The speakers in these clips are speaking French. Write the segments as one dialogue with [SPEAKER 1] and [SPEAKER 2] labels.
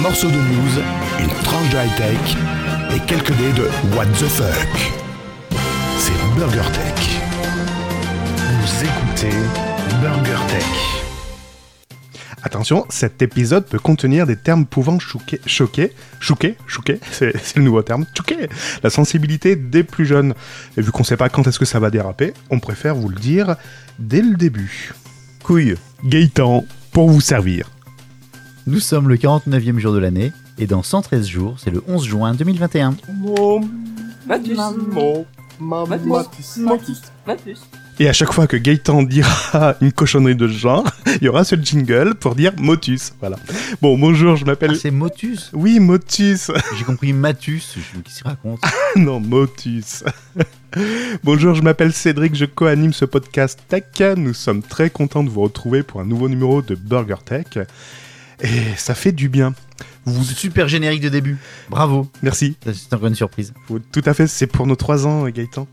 [SPEAKER 1] morceau de news, une tranche de high-tech et quelques dés de What the fuck. C'est Burger Tech. Vous écoutez Burger Tech.
[SPEAKER 2] Attention, cet épisode peut contenir des termes pouvant chouquer, choquer, chouquer, chouquer, c'est c'est le nouveau terme, chouquer, la sensibilité des plus jeunes. Et vu qu'on sait pas quand est-ce que ça va déraper, on préfère vous le dire dès le début.
[SPEAKER 3] Couille.
[SPEAKER 2] Gaëtan, pour vous servir.
[SPEAKER 3] Nous sommes le 49e jour de l'année, et dans 113 jours, c'est le 11 juin 2021.
[SPEAKER 4] Mathus. Mathus. Mathus.
[SPEAKER 2] Et à chaque fois que Gaëtan dira une cochonnerie de ce genre, il y aura ce jingle pour dire Motus. Voilà. Bon, bonjour, je
[SPEAKER 3] Ah,
[SPEAKER 2] m'appelle.
[SPEAKER 3] c'est Motus
[SPEAKER 2] Oui, Motus.
[SPEAKER 3] J'ai compris Matus, je me dis, qu'est-ce qu'il raconte
[SPEAKER 2] non, Motus. Bonjour, je m'appelle Cédric, je co-anime ce podcast Tech. Nous sommes très contents de vous retrouver pour un nouveau numéro de Burger Tech. Et ça fait du bien. Vous...
[SPEAKER 3] Super générique de début, bravo,
[SPEAKER 2] Merci.
[SPEAKER 3] Ça, c'est encore une surprise.
[SPEAKER 2] Vous- Tout à fait, c'est pour nos 3 ans, euh, Gaëtan.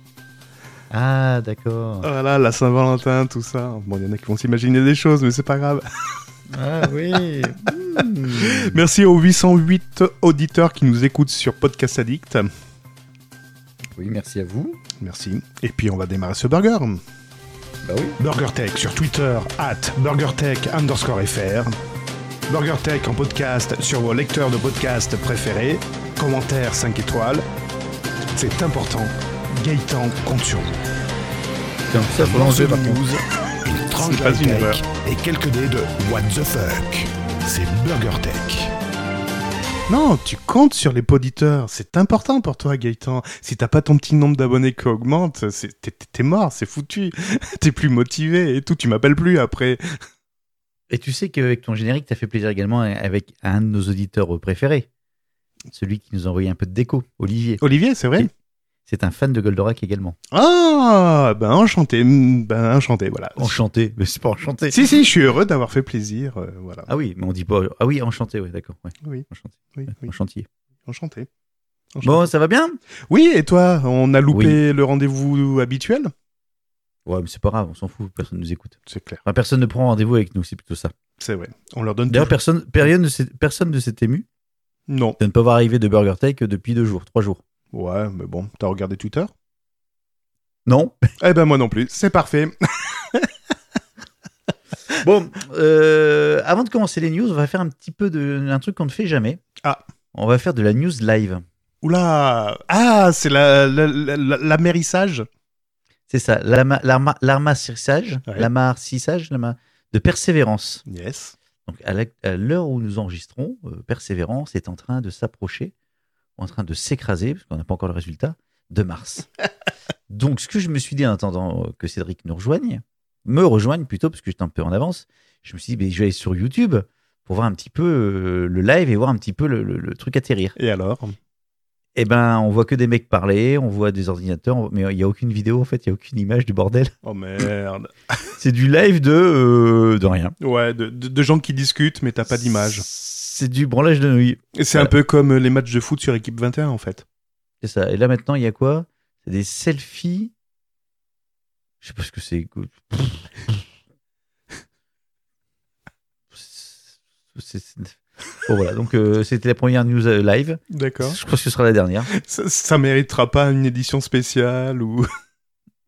[SPEAKER 3] Ah, d'accord.
[SPEAKER 2] Voilà, la Saint-Valentin, tout ça. Bon, il y en a qui vont s'imaginer des choses, mais c'est pas grave.
[SPEAKER 3] Ah oui Hmm.
[SPEAKER 2] Merci aux 808 auditeurs qui nous écoutent sur Podcast Addict.
[SPEAKER 3] Oui, merci à vous.
[SPEAKER 2] Merci. Et puis on va démarrer ce burger.
[SPEAKER 3] Bah oui.
[SPEAKER 1] BurgerTech sur Twitter, at BurgerTech underscore FR. BurgerTech en podcast sur vos lecteurs de podcast préférés. Commentaires 5 étoiles. C'est important. Gaëtan compte sur vous.
[SPEAKER 3] Comme ça, pour
[SPEAKER 1] Morceau
[SPEAKER 3] l'enjeu
[SPEAKER 1] de
[SPEAKER 3] par contre.
[SPEAKER 1] news, une tranche
[SPEAKER 2] C'est pas
[SPEAKER 1] de
[SPEAKER 2] une erreur.
[SPEAKER 1] high-tech et quelques dés de What the fuck. C'est BurgerTech.
[SPEAKER 2] Non, tu comptes sur les poditeurs. C'est important pour toi, Gaëtan. Si t'as pas ton petit nombre d'abonnés qui augmente, c'est- t'es- t'es mort, c'est foutu. T'es plus motivé et tout. Tu m'appelles plus après.
[SPEAKER 3] Et tu sais qu'avec ton générique, t'as fait plaisir également avec un de nos auditeurs préférés, celui qui nous a envoyé un peu de déco, Olivier.
[SPEAKER 2] Olivier, c'est vrai
[SPEAKER 3] Oui. C'est un fan de Goldorak également.
[SPEAKER 2] Ah, ben enchanté. mm, Ben enchanté, voilà.
[SPEAKER 3] Enchanté, mais c'est pas enchanté.
[SPEAKER 2] Si, si, je suis heureux d'avoir fait plaisir. euh, voilà.
[SPEAKER 3] Ah oui, mais on dit pas. Ah oui, enchanté, oui, d'accord. ouais.
[SPEAKER 2] Oui.
[SPEAKER 3] Enchanté.
[SPEAKER 2] Oui,
[SPEAKER 3] ouais,
[SPEAKER 2] oui,
[SPEAKER 3] enchantier.
[SPEAKER 2] enchanté.
[SPEAKER 3] Bon, ça va bien
[SPEAKER 2] Oui, et toi, on a loupé le rendez-vous habituel
[SPEAKER 3] Ouais, mais c'est pas grave, on s'en fout, personne nous écoute.
[SPEAKER 2] C'est clair.
[SPEAKER 3] Enfin, personne ne prend rendez-vous avec nous, c'est plutôt ça.
[SPEAKER 2] C'est vrai. On leur donne
[SPEAKER 3] D'ailleurs,
[SPEAKER 2] toujours-
[SPEAKER 3] personne, personne, ne s'est- personne ne s'est ému
[SPEAKER 2] Non.
[SPEAKER 3] de ne pas voir arriver de Burger Tech depuis deux jours, trois jours.
[SPEAKER 2] Ouais, mais bon, t'as regardé Twitter
[SPEAKER 3] Non
[SPEAKER 2] Eh ben moi non plus, c'est parfait.
[SPEAKER 3] Bon, euh, avant de commencer les news, on va faire un petit peu de, un truc qu'on ne fait jamais.
[SPEAKER 2] Ah.
[SPEAKER 3] On va faire de la news live.
[SPEAKER 2] Oula Ah, c'est la, la, la- la- l'amérissage
[SPEAKER 3] C'est ça, l'arma- l'arma- l'armassissage,
[SPEAKER 2] Ouais.
[SPEAKER 3] l'armassissage l'arma- de Persévérance.
[SPEAKER 2] Yes.
[SPEAKER 3] Donc à la- à l'heure où nous enregistrons, euh, Persévérance est en train de s'approcher, en train de s'écraser, parce qu'on n'a pas encore le résultat, de Mars. Donc ce que je me suis dit en attendant euh, que Cédric nous rejoigne, me rejoigne plutôt, parce que j'étais un peu en avance, je me suis dit, ben, je vais aller sur YouTube pour voir un petit peu euh, le live et voir un petit peu le, le- le truc atterrir.
[SPEAKER 2] Et alors
[SPEAKER 3] Eh ben, on voit que des mecs parler, on voit des ordinateurs, on- mais il n'y a aucune vidéo en fait, il n'y a aucune image du bordel.
[SPEAKER 2] Oh merde.
[SPEAKER 3] C'est du live de, euh, de rien.
[SPEAKER 2] Ouais, de, de- de gens qui discutent, mais t'as pas d'image.
[SPEAKER 3] C'est du branlage de nouilles.
[SPEAKER 2] Et C'est un
[SPEAKER 3] Voilà.
[SPEAKER 2] peu comme euh, les matchs de foot sur équipe 21, en fait.
[SPEAKER 3] C'est ça. Et là maintenant, il y a quoi C'est des selfies. Je sais pas ce que c'est. C'est- c'est- Bon voilà, donc euh, c'était la première news euh, live.
[SPEAKER 2] D'accord.
[SPEAKER 3] Je pense que ce sera la dernière.
[SPEAKER 2] Ça, ça méritera pas une édition spéciale ou...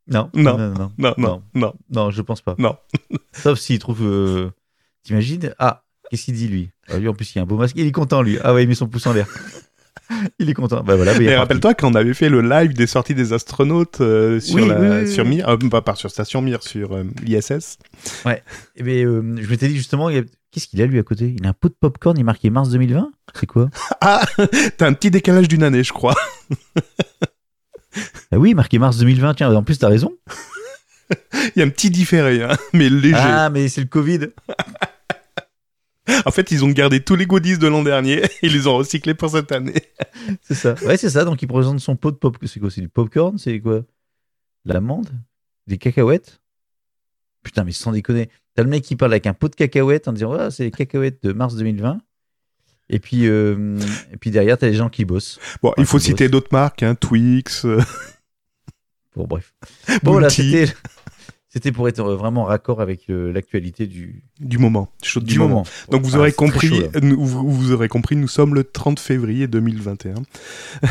[SPEAKER 3] Non,
[SPEAKER 2] Non.
[SPEAKER 3] non, non,
[SPEAKER 2] Non, non,
[SPEAKER 3] Non.
[SPEAKER 2] non.
[SPEAKER 3] non, je pense pas.
[SPEAKER 2] Non.
[SPEAKER 3] Sauf s'il trouve. euh, T'imagines Ah, qu'est-ce qu'il dit lui Ah, Lui en plus, il a un beau masque. Il est content lui. Ah ouais, il met son pouce en l'air. Il est content. Bah voilà, bah, il est
[SPEAKER 2] Et
[SPEAKER 3] parti.
[SPEAKER 2] rappelle-toi quand on avait fait le live des sorties des astronautes euh, sur,
[SPEAKER 3] Oui,
[SPEAKER 2] la,
[SPEAKER 3] oui, oui,
[SPEAKER 2] sur
[SPEAKER 3] oui.
[SPEAKER 2] Mir, euh, pas, pas sur Station Mir, sur euh, l'ISS.
[SPEAKER 3] Eh ben, euh, je m'étais dit justement, il y a- qu'est-ce qu'il a lui à côté Il a un pot de popcorn, il est marqué mars 2020 C'est quoi
[SPEAKER 2] Ah T'as un petit décalage d'une année, je crois.
[SPEAKER 3] Ah oui, marqué mars 2020, tiens, en plus t'as raison.
[SPEAKER 2] Il y a un petit différé, hein, mais léger.
[SPEAKER 3] Ah, mais c'est le Covid.
[SPEAKER 2] En fait, ils ont gardé tous les goodies de l'an dernier et ils les ont recyclés pour cette année.
[SPEAKER 3] C'est ça. Ouais, c'est ça. Donc il présente son pot de popcorn. C'est quoi C'est du popcorn C'est quoi De L'amande Des cacahuètes Putain, mais sans déconner. T'as le mec qui parle avec un pot de cacahuètes en disant, voilà, c'est les cacahuètes de mars 2020. Et puis, euh, et puis derrière, t'as les gens qui bossent.
[SPEAKER 2] Bon, il faut
[SPEAKER 3] Ah, c'est
[SPEAKER 2] citer d'autres marques, hein, Twix. euh,
[SPEAKER 3] Bon, bref. Bon, voilà,
[SPEAKER 2] Bounty.
[SPEAKER 3] c'était. c'était C'était pour être euh, vraiment en raccord avec euh, l'actualité du,
[SPEAKER 2] Du moment. Chaude
[SPEAKER 3] du moment.
[SPEAKER 2] Donc vous
[SPEAKER 3] Ah,
[SPEAKER 2] aurez
[SPEAKER 3] c'est très
[SPEAKER 2] compris, euh,
[SPEAKER 3] chaud, là.
[SPEAKER 2] nous- vous, vous aurez compris, nous sommes le 30 février 2021.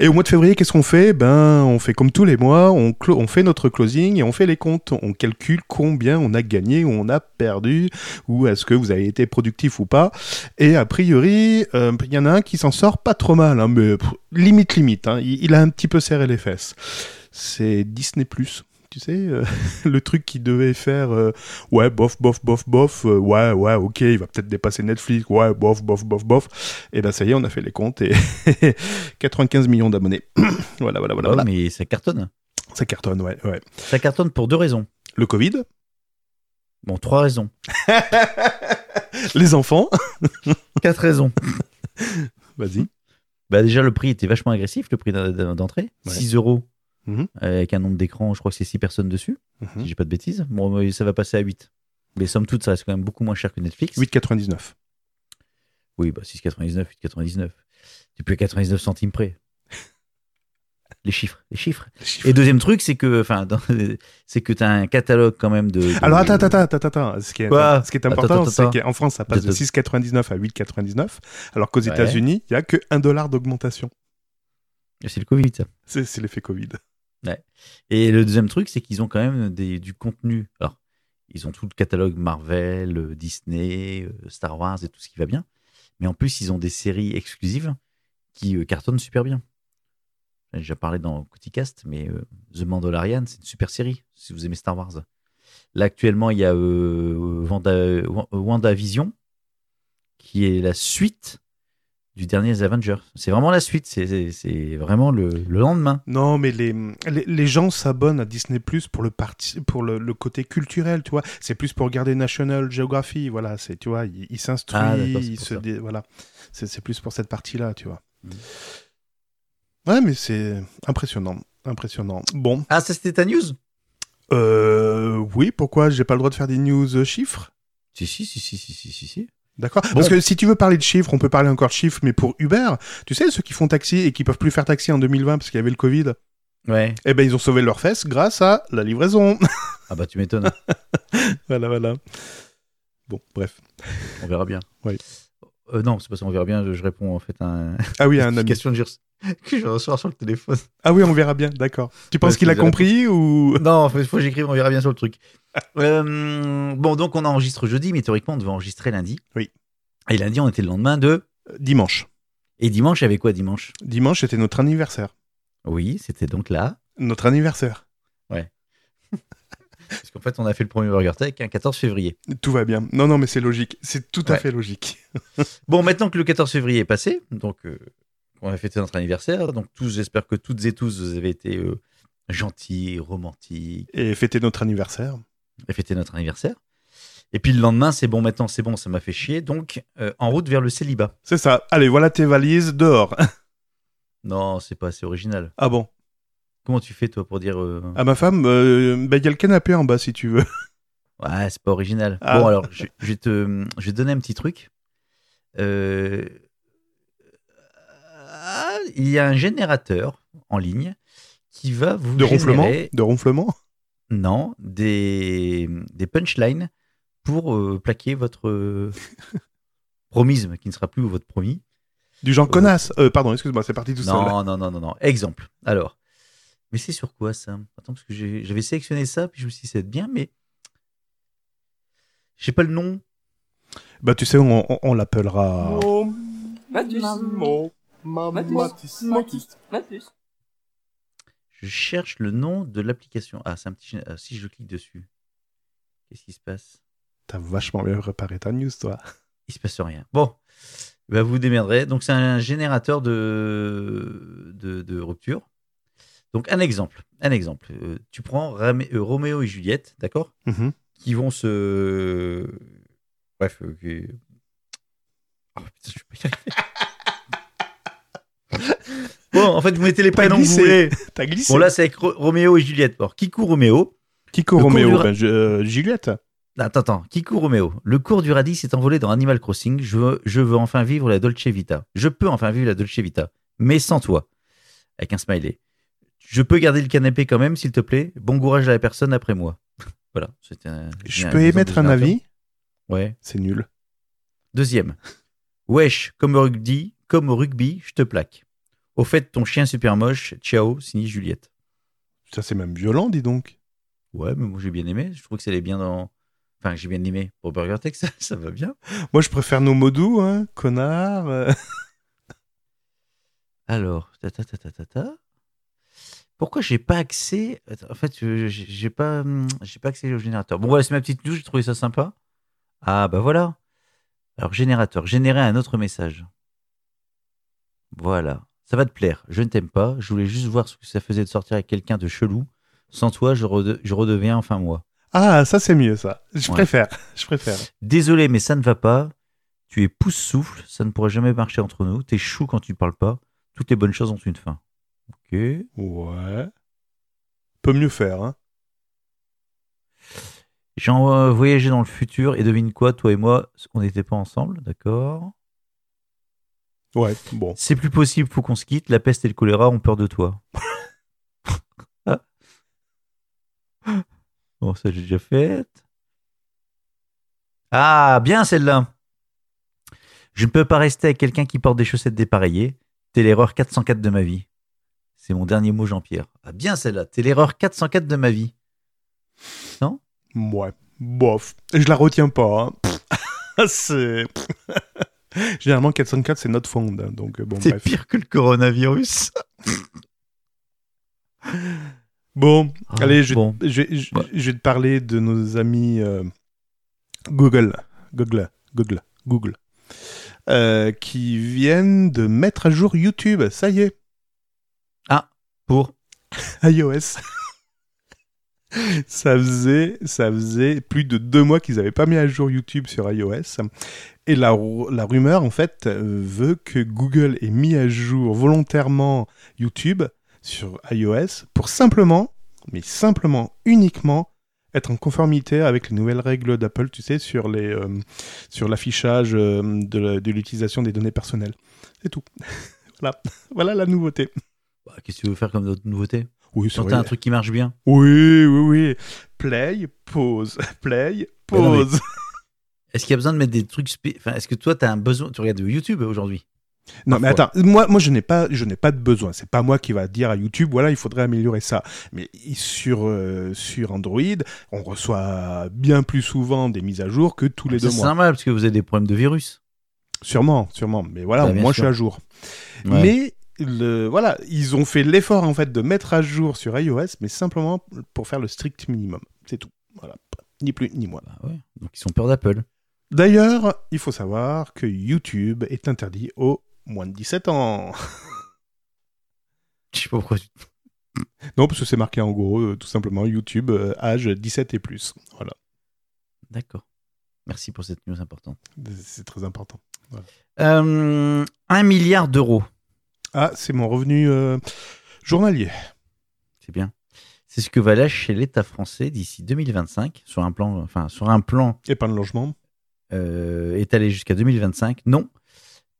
[SPEAKER 2] et au mois de février, qu'est-ce qu'on fait Ben, on fait comme tous les mois, on, clo- on fait notre closing et on fait les comptes. On calcule combien on a gagné ou on a perdu, ou est-ce que vous avez été productif ou pas. Et a priori, euh, il y en a un qui s'en sort pas trop mal, hein, mais pff, limite limite. hein. il, il a un petit peu serré les fesses. C'est Disney+. Tu sais, euh, le truc qui devait faire euh, ouais, bof, bof, bof, bof, euh, ouais, ouais, ok, il va peut-être dépasser Netflix, ouais, bof, bof, bof, bof. Et ben ça y est, on a fait les comptes et 95 millions d'abonnés. voilà, voilà, voilà,
[SPEAKER 3] Ouais,
[SPEAKER 2] voilà.
[SPEAKER 3] Mais ça cartonne.
[SPEAKER 2] Ça cartonne, ouais, ouais.
[SPEAKER 3] Ça cartonne pour deux raisons.
[SPEAKER 2] Le Covid,
[SPEAKER 3] Bon, trois raisons.
[SPEAKER 2] les enfants,
[SPEAKER 3] Quatre raisons.
[SPEAKER 2] vas-y.
[SPEAKER 3] Bah déjà, le prix était vachement agressif, le prix d'en- d'en- d'entrée.
[SPEAKER 2] Ouais.
[SPEAKER 3] 6 euros
[SPEAKER 2] Mhm.
[SPEAKER 3] avec un nombre d'écrans, je crois que c'est 6 personnes dessus, si j'ai pas de bêtises. Bon, mais ça va passer à 8. Mais somme toute, ça reste quand même beaucoup moins cher que Netflix.
[SPEAKER 2] 8,99.
[SPEAKER 3] Oui, bah 6,99, 8,99. Tu peux à 99 centimes près. Les chiffres, les chiffres. Et deuxième truc, c'est que, enfin, dans- c'est que t'as un catalogue quand même de. de-
[SPEAKER 2] Alors attends, attends, attends, attends, attends. Ce qui est,
[SPEAKER 3] Quoi
[SPEAKER 2] ce qui est
[SPEAKER 3] Attends,
[SPEAKER 2] important,
[SPEAKER 3] attends,
[SPEAKER 2] c'est
[SPEAKER 3] attends.
[SPEAKER 2] qu'en France, ça passe de
[SPEAKER 3] Attends.
[SPEAKER 2] 6,99 à 8,99, alors qu'aux
[SPEAKER 3] Ouais.
[SPEAKER 2] États-Unis, il n'y a que 1 dollar d'augmentation.
[SPEAKER 3] C'est le Covid. ça.
[SPEAKER 2] C'est c'est l'effet Covid.
[SPEAKER 3] Et le deuxième truc, c'est qu'ils ont quand même des, du contenu. Alors, ils ont tout le catalogue Marvel, euh, Disney, euh, Star Wars et tout ce qui va bien. Mais en plus, ils ont des séries exclusives qui euh, cartonnent super bien. J'ai déjà parlé dans Cast, mais euh, The Mandalorian, c'est une super série, si vous aimez Star Wars. Là, actuellement, il y a euh, Wanda, euh, WandaVision, qui est la suite du dernier des Avengers. C'est vraiment la suite, c'est- c'est c'est vraiment le- le lendemain.
[SPEAKER 2] Non, mais les, les, les gens s'abonnent à Disney Plus pour le parti, pour le, le côté culturel, tu vois. C'est plus pour regarder National Geography, voilà. C'est, tu vois, ils ils s'instruisent,
[SPEAKER 3] Ah, d'accord, c'est
[SPEAKER 2] ils
[SPEAKER 3] pour
[SPEAKER 2] se,
[SPEAKER 3] ça.
[SPEAKER 2] dé- voilà. C'est, c'est plus pour cette partie-là, tu vois.
[SPEAKER 3] Mm.
[SPEAKER 2] Ouais, mais c'est impressionnant, impressionnant. Bon,
[SPEAKER 3] Ah, ça c'était ta news
[SPEAKER 2] euh, oui. Pourquoi j'ai pas le droit de faire des news euh, chiffres
[SPEAKER 3] si si, si, si, si, si, si, si.
[SPEAKER 2] D'accord.
[SPEAKER 3] Bon.
[SPEAKER 2] Parce que si tu veux parler de chiffres, on peut parler encore de chiffres, mais pour Uber, tu sais, ceux qui font taxi et qui peuvent plus faire taxi en 2020 parce qu'il y avait le Covid,
[SPEAKER 3] Ouais.
[SPEAKER 2] eh ben ils ont sauvé leurs fesses grâce à la livraison.
[SPEAKER 3] Ah bah tu m'étonnes,
[SPEAKER 2] Voilà, voilà. Bon, bref.
[SPEAKER 3] on verra bien.
[SPEAKER 2] Oui.
[SPEAKER 3] Euh, non, c'est parce qu'on verra bien, je, je réponds en fait à un-
[SPEAKER 2] Ah oui,
[SPEAKER 3] une
[SPEAKER 2] un ami.
[SPEAKER 3] notification que j'ai reçu- que je vais recevoir sur le téléphone.
[SPEAKER 2] Ah oui, on verra bien, d'accord. Tu penses
[SPEAKER 3] Ouais,
[SPEAKER 2] qu'il a
[SPEAKER 3] c'est déjà la
[SPEAKER 2] compris ou
[SPEAKER 3] non, il faut que j'écrive, on verra bien sur le truc. Euh, bon, donc on enregistre jeudi, mais théoriquement on devait enregistrer lundi.
[SPEAKER 2] Oui.
[SPEAKER 3] Et lundi, on était le lendemain de...
[SPEAKER 2] Dimanche.
[SPEAKER 3] Et dimanche, il y avait quoi dimanche
[SPEAKER 2] Dimanche, c'était notre anniversaire.
[SPEAKER 3] Oui, c'était donc là.
[SPEAKER 2] Notre anniversaire.
[SPEAKER 3] Parce qu'en fait, on a fait le premier Burger Tech un 14 février.
[SPEAKER 2] Tout va bien. Non, non, mais c'est logique. C'est tout à
[SPEAKER 3] Ouais.
[SPEAKER 2] fait logique.
[SPEAKER 3] Bon, maintenant que le 14 février est passé, donc euh, on a fêté notre anniversaire, donc tous, j'espère que toutes et tous, vous avez été euh, gentils, romantiques,
[SPEAKER 2] Et fêter notre anniversaire.
[SPEAKER 3] et fêté notre anniversaire. Et puis le lendemain, c'est bon, maintenant c'est bon, ça m'a fait chier, donc euh, en route vers le célibat.
[SPEAKER 2] C'est ça. Allez, voilà tes valises dehors.
[SPEAKER 3] Non, c'est pas assez original.
[SPEAKER 2] Ah bon.
[SPEAKER 3] Comment tu fais toi pour dire... euh,
[SPEAKER 2] À ma femme, euh, bah, il y a le canapé en bas si tu veux.
[SPEAKER 3] Ouais, c'est pas original.
[SPEAKER 2] Ah.
[SPEAKER 3] Bon, alors, je, je vais te, je vais te donner un petit truc. Euh, ah, Il y a un générateur en ligne qui va vous
[SPEAKER 2] De ronflement.
[SPEAKER 3] générer-
[SPEAKER 2] De ronflement.
[SPEAKER 3] Non, des, des punchlines pour euh, plaquer votre euh, promisme, qui ne sera plus votre promis.
[SPEAKER 2] Du genre connasse. Euh, pardon, excuse-moi, c'est parti tout seul.
[SPEAKER 3] Non, non, non, non, non. Exemple. Alors, mais c'est sur quoi ça Attends, parce que j'ai- j'avais sélectionné ça, puis je me suis dit, ça va être bien, mais. Je sais pas le nom.
[SPEAKER 2] Bah tu sais, on, on- on l'appellera.
[SPEAKER 4] Mon Matus. Mon Matus. Matus.
[SPEAKER 3] Je cherche le nom de l'application. Ah, c'est un petit. ah, si je clique dessus, qu'est-ce qui se passe
[SPEAKER 2] T'as vachement bien préparé ta news, toi.
[SPEAKER 3] Il se passe rien. Bon, bah, vous vous démerderez. Donc, c'est un générateur de, de, de rupture. Donc, un exemple. Un exemple. Euh, tu prends Ramé- euh, Roméo et Juliette, d'accord
[SPEAKER 2] Mhm.
[SPEAKER 3] Qui vont se. Bref. euh, qui- Oh, putain, je peux y arriver. Bon, en fait, vous mettez les
[SPEAKER 2] T'as
[SPEAKER 3] prénoms que vous
[SPEAKER 2] glissé.
[SPEAKER 3] voulez.
[SPEAKER 2] T'as glissé.
[SPEAKER 3] Bon, là, c'est avec Ro- Roméo et Juliette. Bon, Kikou Roméo,
[SPEAKER 2] Kiko
[SPEAKER 3] le cours
[SPEAKER 2] Roméo,
[SPEAKER 3] du-
[SPEAKER 2] ben, je- euh, Juliette.
[SPEAKER 3] Ah, Attends, attends. Kiku Romeo. Le cours du radis s'est envolé dans Animal Crossing. Je veux, je veux enfin vivre la Dolce Vita. Je peux enfin vivre la Dolce Vita. Mais sans toi. Avec un smiley. Je peux garder le canapé quand même, s'il te plaît. Bon courage à la personne après moi. voilà. c'était un-
[SPEAKER 2] Je
[SPEAKER 3] un
[SPEAKER 2] peux
[SPEAKER 3] exemple
[SPEAKER 2] émettre
[SPEAKER 3] de
[SPEAKER 2] un
[SPEAKER 3] générateur.
[SPEAKER 2] avis
[SPEAKER 3] Ouais.
[SPEAKER 2] C'est nul.
[SPEAKER 3] Deuxième. Wesh, comme au rugby, comme au rugby, je te plaque. Au fait, ton chien super moche, ciao, signé Juliette.
[SPEAKER 2] Ça, c'est même violent, dis donc.
[SPEAKER 3] Ouais, mais moi j'ai bien aimé. Je trouve que ça allait bien dans. Enfin, j'ai bien aimé. Pour Burger Tech, ça, ça va bien.
[SPEAKER 2] Moi, je préfère nos mots doux, hein. Connard. euh.
[SPEAKER 3] Alors, ta ta ta ta ta ta. Pourquoi j'ai pas accès Attends, En fait, euh, j'ai j'ai pas, hum, j'ai pas accès au générateur. Bon, voilà, c'est ma petite news. J'ai trouvé ça sympa. Ah bah voilà. Alors générateur, générer un autre message. Voilà. Ça va te plaire. Je ne t'aime pas. Je voulais juste voir ce que ça faisait de sortir avec quelqu'un de chelou. Sans toi, je, rede- je redeviens enfin moi.
[SPEAKER 2] Ah, ça, c'est mieux, ça. Je
[SPEAKER 3] Ouais.
[SPEAKER 2] préfère. Je préfère.
[SPEAKER 3] Désolé, mais ça ne va pas. Tu es pouce-souffle, ça ne pourra jamais marcher entre nous. T'es chou quand tu ne parles pas. Toutes les bonnes choses ont une fin. Ok.
[SPEAKER 2] Ouais. Peut mieux faire, hein.
[SPEAKER 3] J'ai euh, voyagé dans le futur et devine quoi, toi et moi, on n'était pas ensemble, d'accord
[SPEAKER 2] Ouais, bon.
[SPEAKER 3] C'est plus possible, faut qu'on se quitte. La peste et le choléra ont peur de toi. bon, ça j'ai déjà fait. Ah, bien celle-là. Je ne peux pas rester avec quelqu'un qui porte des chaussettes dépareillées. T'es l'erreur 404 de ma vie. C'est mon dernier mot, Jean-Pierre. Ah, bien celle-là. T'es l'erreur 404 de ma vie.
[SPEAKER 2] Ouais. Bof. Je la retiens pas, hein. Pff. c'est. Généralement, 404, c'est notre fond. Donc, euh, bon,
[SPEAKER 3] C'est
[SPEAKER 2] bref.
[SPEAKER 3] pire que le coronavirus.
[SPEAKER 2] Bon, allez, je,
[SPEAKER 3] Ah, Hein, Bon.
[SPEAKER 2] je, je-
[SPEAKER 3] Ouais.
[SPEAKER 2] je vais te parler de nos amis euh, Google, Google, Google, Google, euh, qui viennent de mettre à jour YouTube. Ça y est,
[SPEAKER 3] Pour.
[SPEAKER 2] iOS. ça faisait, ça faisait plus de deux mois qu'ils n'avaient pas mis à jour YouTube sur iOS. Et la, ru- la rumeur, en fait, euh, veut que Google ait mis à jour volontairement YouTube sur iOS pour simplement, mais simplement, uniquement, être en conformité avec les nouvelles règles d'Apple, tu sais, sur les, euh, sur l'affichage euh, de, la- de l'utilisation des données personnelles. C'est tout. voilà. voilà la nouveauté.
[SPEAKER 3] Bah, Qu'est-ce que tu veux faire comme d'autres nouveautés
[SPEAKER 2] Oui, c'est
[SPEAKER 3] Tenter
[SPEAKER 2] vrai.
[SPEAKER 3] un truc qui marche bien.
[SPEAKER 2] Oui, oui, oui. Play, pause, play,
[SPEAKER 3] Mais non, mais-
[SPEAKER 2] pause.
[SPEAKER 3] Est-ce qu'il y a besoin de mettre des trucs spé- enfin, Est-ce que toi, tu as un besoin Tu regardes YouTube aujourd'hui
[SPEAKER 2] Non, mais
[SPEAKER 3] Parfois.
[SPEAKER 2] attends, moi, moi je n'ai pas, je n'ai pas de besoin. C'est pas moi qui va dire à YouTube, voilà, il faudrait améliorer ça. Mais sur euh, sur Android, on reçoit bien plus souvent des mises à jour que tous les
[SPEAKER 3] Ça,
[SPEAKER 2] deux
[SPEAKER 3] C'est
[SPEAKER 2] mois.
[SPEAKER 3] normal parce que vous avez des problèmes de virus.
[SPEAKER 2] Sûrement, sûrement. Mais voilà,
[SPEAKER 3] Bah,
[SPEAKER 2] au
[SPEAKER 3] bien
[SPEAKER 2] moins
[SPEAKER 3] sûr.
[SPEAKER 2] je suis à jour. Mais le, voilà, ils ont fait l'effort en fait de mettre à jour sur iOS, mais simplement pour faire le strict minimum. C'est tout. Voilà, ni plus ni moins.
[SPEAKER 3] Bah ouais. Donc ils sont peur d'Apple.
[SPEAKER 2] D'ailleurs, il faut savoir que YouTube est interdit aux moins de 17 ans.
[SPEAKER 3] Je sais pas pourquoi. tu-
[SPEAKER 2] Non, parce que c'est marqué en gros, euh, tout simplement, YouTube, euh, âge 17 et plus. Voilà,
[SPEAKER 3] D'accord. Merci pour cette news importante.
[SPEAKER 2] c'est très important.
[SPEAKER 3] Euh, un milliard d'euros.
[SPEAKER 2] Ah, c'est mon revenu euh, journalier.
[SPEAKER 3] C'est bien. C'est ce que va lâcher l'État français d'ici 2025 sur un plan, enfin sur un plan
[SPEAKER 2] Et pas de logement.
[SPEAKER 3] euh, étalé jusqu'à 2025. Non,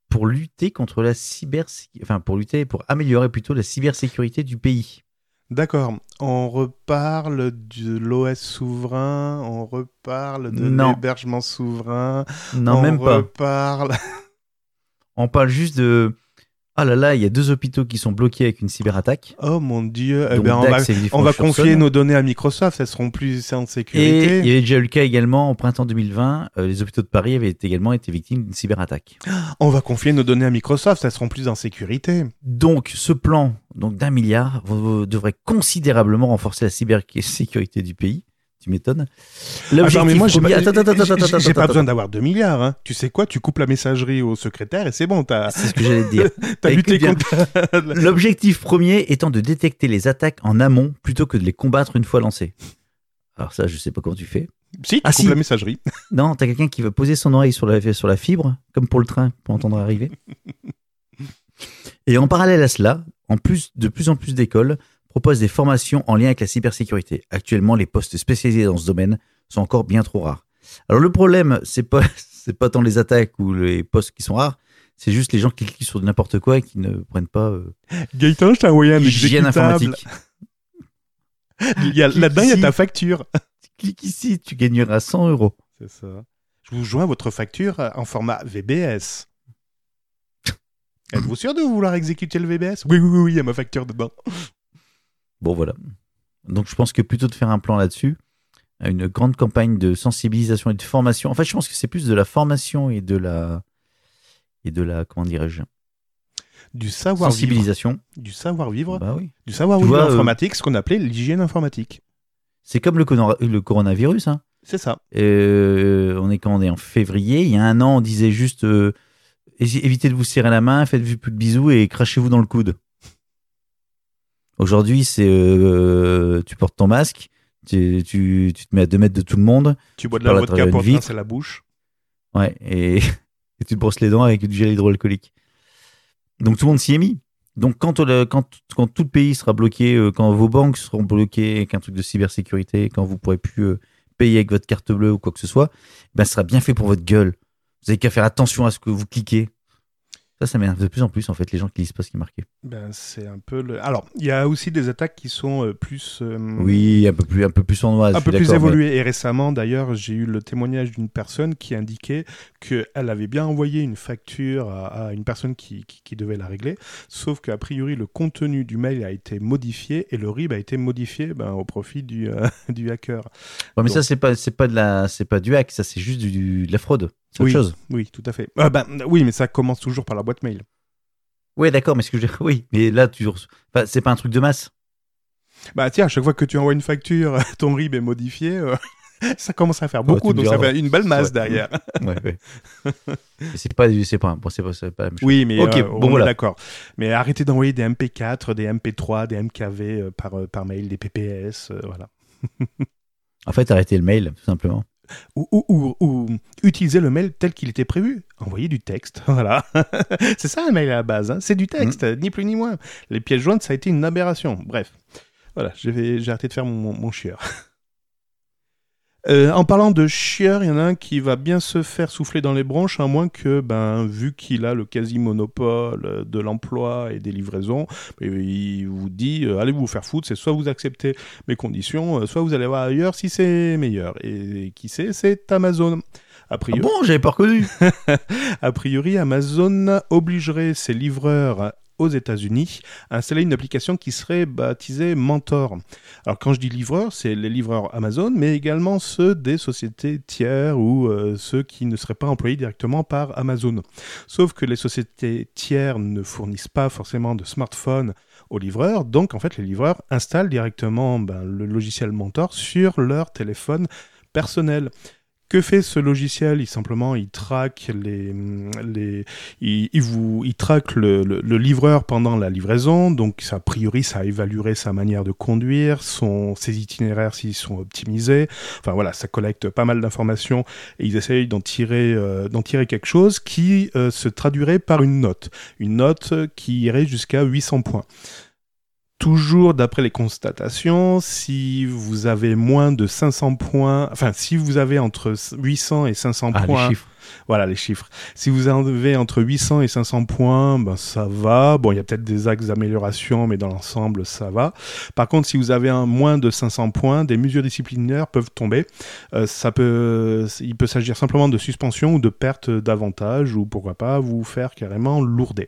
[SPEAKER 3] pour lutter contre la cyber, enfin pour lutter pour améliorer plutôt la cybersécurité du pays.
[SPEAKER 2] D'accord, on reparle de l'OS souverain, on reparle de
[SPEAKER 3] Non.
[SPEAKER 2] l'hébergement souverain.
[SPEAKER 3] Non,
[SPEAKER 2] on
[SPEAKER 3] même pas.
[SPEAKER 2] reparle...
[SPEAKER 3] On parle juste de. Ah là là, il y a deux hôpitaux qui sont bloqués avec une cyberattaque.
[SPEAKER 2] Oh mon dieu, eh
[SPEAKER 3] Donc,
[SPEAKER 2] ben, on va,
[SPEAKER 3] Dax et
[SPEAKER 2] on va
[SPEAKER 3] Villefranche-sur-Saône.
[SPEAKER 2] confier nos données à Microsoft, elles seront plus en
[SPEAKER 3] Et il y
[SPEAKER 2] sécurité.
[SPEAKER 3] avait déjà eu le cas également au printemps 2020. euh, les hôpitaux de Paris avaient également été victimes d'une cyberattaque.
[SPEAKER 2] On va confier nos données à Microsoft, elles seront plus en sécurité. Ah
[SPEAKER 3] Donc, ce plan donc d'un milliard vous- vous devrait considérablement renforcer la cybersécurité du pays. Tu m'étonnes. L'objectif
[SPEAKER 2] Attends, mais moi, j'ai
[SPEAKER 3] premier-
[SPEAKER 2] pas,
[SPEAKER 3] Attends, attends, attends,
[SPEAKER 2] j'ai-
[SPEAKER 3] attends,
[SPEAKER 2] j'ai pas
[SPEAKER 3] attends,
[SPEAKER 2] besoin d'avoir 2 milliards. hein. Tu sais quoi Tu coupes la messagerie au secrétaire et c'est bon, t'as
[SPEAKER 3] C'est ce que j'allais te dire.
[SPEAKER 2] t'as
[SPEAKER 3] Écoute
[SPEAKER 2] lutté
[SPEAKER 3] bien.
[SPEAKER 2] contre.
[SPEAKER 3] L'objectif premier étant de détecter les attaques en amont plutôt que de les combattre une fois lancées. Alors ça, je sais pas comment tu fais.
[SPEAKER 2] Si, tu
[SPEAKER 3] Ah,
[SPEAKER 2] coupes
[SPEAKER 3] si.
[SPEAKER 2] la messagerie.
[SPEAKER 3] Non, t'as quelqu'un qui veut poser son oreille sur la, sur la fibre, comme pour le train, pour entendre arriver. Et en parallèle à cela, en plus, de plus en plus d'écoles proposent des formations en lien avec la cybersécurité. Actuellement, les postes spécialisés dans ce domaine sont encore bien trop rares. Alors le problème, c'est pas c'est pas tant les attaques ou les postes qui sont rares, C'est juste les gens qui cliquent sur n'importe quoi et qui ne prennent pas euh,
[SPEAKER 2] Gaëtan, je t'ai envoyé un exécutable.
[SPEAKER 3] hygiène informatique.
[SPEAKER 2] Il y a- Là-dedans, il y a ta facture.
[SPEAKER 3] Clique ici, tu gagneras 100 euros.
[SPEAKER 2] C'est ça. Je vous joins votre facture en format VBS. Êtes-vous sûr de vouloir exécuter le VBS Oui, oui, oui, oui, il y a ma facture dedans.
[SPEAKER 3] Bon, voilà. Donc, je pense que plutôt de faire un plan là-dessus, une grande campagne de sensibilisation et de formation. En fait, je pense que c'est plus de la formation et de la. Et de la. Comment dirais-je
[SPEAKER 2] Du savoir-vivre.
[SPEAKER 3] Sensibilisation.
[SPEAKER 2] Du savoir-vivre.
[SPEAKER 3] Bah oui.
[SPEAKER 2] Du savoir-vivre
[SPEAKER 3] Tu vois, euh,
[SPEAKER 2] informatique, ce qu'on appelait l'hygiène informatique.
[SPEAKER 3] C'est comme le, conor- le coronavirus. Hein.
[SPEAKER 2] C'est ça.
[SPEAKER 3] Euh, on est quand on est en février. Il y a un an, on disait juste euh, ési- évitez de vous serrer la main, faites-vous plus de bisous et crachez-vous dans le coude. Aujourd'hui, c'est euh, tu portes ton masque, tu, tu- tu te mets à 2 mètres de tout le monde,
[SPEAKER 2] Tu bois de
[SPEAKER 3] Tu
[SPEAKER 2] la
[SPEAKER 3] parles à
[SPEAKER 2] vodka
[SPEAKER 3] travers
[SPEAKER 2] pour
[SPEAKER 3] une vitre.
[SPEAKER 2] rincer la bouche.
[SPEAKER 3] ouais, et, et tu te brosses les dents avec du gel hydroalcoolique. Donc tout le monde s'y est mis. Donc quand, on a- quand, quand tout le pays sera bloqué, euh, quand vos banques seront bloquées, qu'un truc de cybersécurité, quand vous pourrez plus euh, payer avec votre carte bleue ou quoi que ce soit, ben, ce sera bien fait pour votre gueule. Vous avez qu'à faire attention à ce que vous cliquez. Ça, ça m'énerve de plus en plus, en fait, les gens qui lisent pas ce qui est marqué.
[SPEAKER 2] Ben, c'est un peu le. Alors, il y a aussi des attaques qui sont euh, plus. euh,
[SPEAKER 3] Oui, un peu plus, un peu plus en noir.
[SPEAKER 2] Un peu plus évoluées. Et récemment, d'ailleurs, j'ai eu le témoignage d'une personne qui indiquait qu'elle avait bien envoyé une facture à, à une personne qui, qui- qui devait la régler, sauf qu'a priori, le contenu du mail a été modifié et le RIB a été modifié ben, au profit du, euh, du hacker.
[SPEAKER 3] mais
[SPEAKER 2] Donc-
[SPEAKER 3] ça, c'est pas, c'est pas de la, c'est pas du hack, ça, c'est juste du, de la fraude. C'est autre
[SPEAKER 2] oui,
[SPEAKER 3] chose.
[SPEAKER 2] Oui, tout à fait. Ah ben, oui, mais ça commence toujours par la boîte mail.
[SPEAKER 3] Ouais, d'accord, mais ce que je veux dire- oui, mais là, tu, enfin, c'est pas un truc de masse.
[SPEAKER 2] Bah tiens, à chaque fois que tu envoies une facture, ton RIB est modifié. euh, Ça commence à faire beaucoup,
[SPEAKER 3] tu me
[SPEAKER 2] donc ça
[SPEAKER 3] diras.
[SPEAKER 2] fait une belle masse
[SPEAKER 3] Ouais.
[SPEAKER 2] derrière.
[SPEAKER 3] Ouais, ouais. Mais c'est pas, c'est pas, bon, c'est pas, c'est pas la même chose.
[SPEAKER 2] Oui, mais
[SPEAKER 3] Ok,
[SPEAKER 2] euh,
[SPEAKER 3] bon,
[SPEAKER 2] on est
[SPEAKER 3] voilà.
[SPEAKER 2] d'accord. Mais arrêtez d'envoyer des MP4, des MP3, des MKV euh, par, euh, par mail, des PPS, euh, voilà.
[SPEAKER 3] En fait, arrêtez le mail, tout simplement. Ah
[SPEAKER 2] Ou, ou, ou- ou utilisez le mail tel qu'il était prévu. Envoyez du texte, voilà. c'est ça un mail à la base, hein. c'est du texte, ni plus ni moins. Les pièces jointes, ça a été une aberration. Bref, voilà, je vais- j'ai arrêté de faire mon, mon, mon chieur. Euh, en parlant de chieur, il y en a un qui va bien se faire souffler dans les bronches, à moins que, ben, vu qu'il a le quasi-monopole euh, de l'emploi et des livraisons, et il vous dit euh, allez vous faire foutre, c'est soit vous acceptez mes conditions, euh, soit vous allez voir ailleurs si c'est meilleur. Et, qui sait, c'est Amazon. A
[SPEAKER 3] Ah
[SPEAKER 2] priori,
[SPEAKER 3] bon, j'avais pas reconnu.
[SPEAKER 2] a priori, Amazon obligerait ses livreurs aux États-Unis à installer une application qui serait baptisée Mentor. Alors quand je dis livreurs, c'est les livreurs Amazon, mais également ceux des sociétés tiers ou euh, ceux qui ne seraient pas employés directement par Amazon. Sauf que les sociétés tiers ne fournissent pas forcément de smartphone aux livreurs, donc en fait les livreurs installent directement ben, le logiciel Mentor sur leur téléphone personnel. Que fait ce logiciel Il simplement il traque les, les il, il vous il traque le, le- le livreur pendant la livraison, donc ça, a priori ça évaluerait sa manière de conduire, son ses itinéraires s'ils sont optimisés. Enfin voilà, ça collecte pas mal d'informations et ils essayent d'en tirer euh, d'en tirer quelque chose qui euh, se traduirait par une note, une note qui irait jusqu'à 800 points. Toujours d'après les constatations, si vous avez moins de 500 points, enfin si vous avez entre 800 et 500
[SPEAKER 3] Ah,
[SPEAKER 2] points,
[SPEAKER 3] les chiffres.
[SPEAKER 2] voilà les chiffres. Si vous avez entre 800 et 500 points, ben ça va. Bon, il y a peut-être des axes d'amélioration, mais dans l'ensemble, ça va. Par contre, si vous avez un moins de 500 points, des mesures disciplinaires peuvent tomber. Euh, ça peut, il peut s'agir simplement de suspension ou de perte d'avantage, ou pourquoi pas vous faire carrément lourder.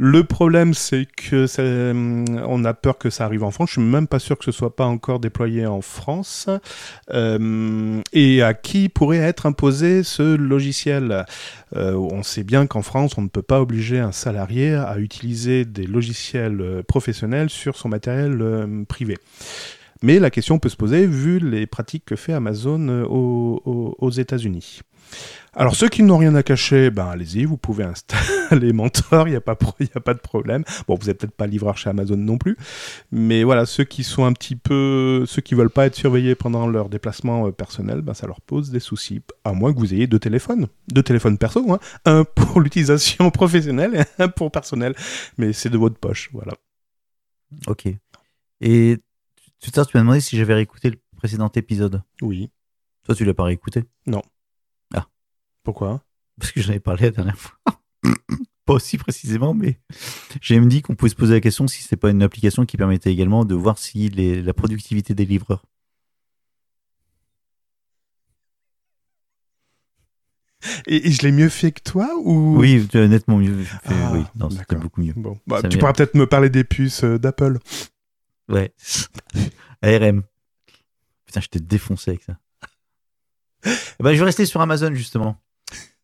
[SPEAKER 2] Le problème, c'est que ça- on a peur que ça arrive en France. Je suis même pas sûr que ce soit pas encore déployé en France. Euh, et à qui pourrait être imposé ce logiciel Euh, On sait bien qu'en France, on ne peut pas obliger un salarié à utiliser des logiciels euh, professionnels sur son matériel euh, privé. Mais la question peut se poser vu les pratiques que fait Amazon euh, aux, aux- aux États-Unis. Alors ceux qui n'ont rien à cacher, ben allez-y, vous pouvez installer Mentor, il n'y a, pas pro- y a pas de problème. Bon, vous n'êtes peut-être pas livreur chez Amazon non plus, mais voilà, ceux qui sont un petit peu, ceux qui veulent pas être surveillés pendant leur déplacement euh, personnel, ben, ça leur pose des soucis. À moins que vous ayez deux téléphones, deux téléphones perso, hein. un pour l'utilisation professionnelle et un pour personnel. Mais c'est de votre poche, voilà.
[SPEAKER 3] Ok. Et tout à l'heure, tu m'as demandé si j'avais réécouté le précédent épisode.
[SPEAKER 2] Oui.
[SPEAKER 3] Toi, tu l'as pas réécouté
[SPEAKER 2] Pourquoi
[SPEAKER 3] parce que j'en avais parlé la dernière fois. pas aussi précisément, mais j'ai même dit qu'on pouvait se poser la question si c'est pas une application qui permettait également de voir si les- la productivité des livreurs.
[SPEAKER 2] Et, et je l'ai mieux fait que toi ou
[SPEAKER 3] Oui, tu as nettement mieux. fait,
[SPEAKER 2] Ah,
[SPEAKER 3] oui, non, c'était
[SPEAKER 2] d'accord.
[SPEAKER 3] beaucoup mieux.
[SPEAKER 2] Bon, bah,
[SPEAKER 3] Ça
[SPEAKER 2] tu
[SPEAKER 3] m'est-
[SPEAKER 2] pourras peut-être me parler des puces euh, d'Apple.
[SPEAKER 3] Ouais. ARM. Putain, je t'ai défoncé avec ça. Bah, je vais rester sur Amazon, justement.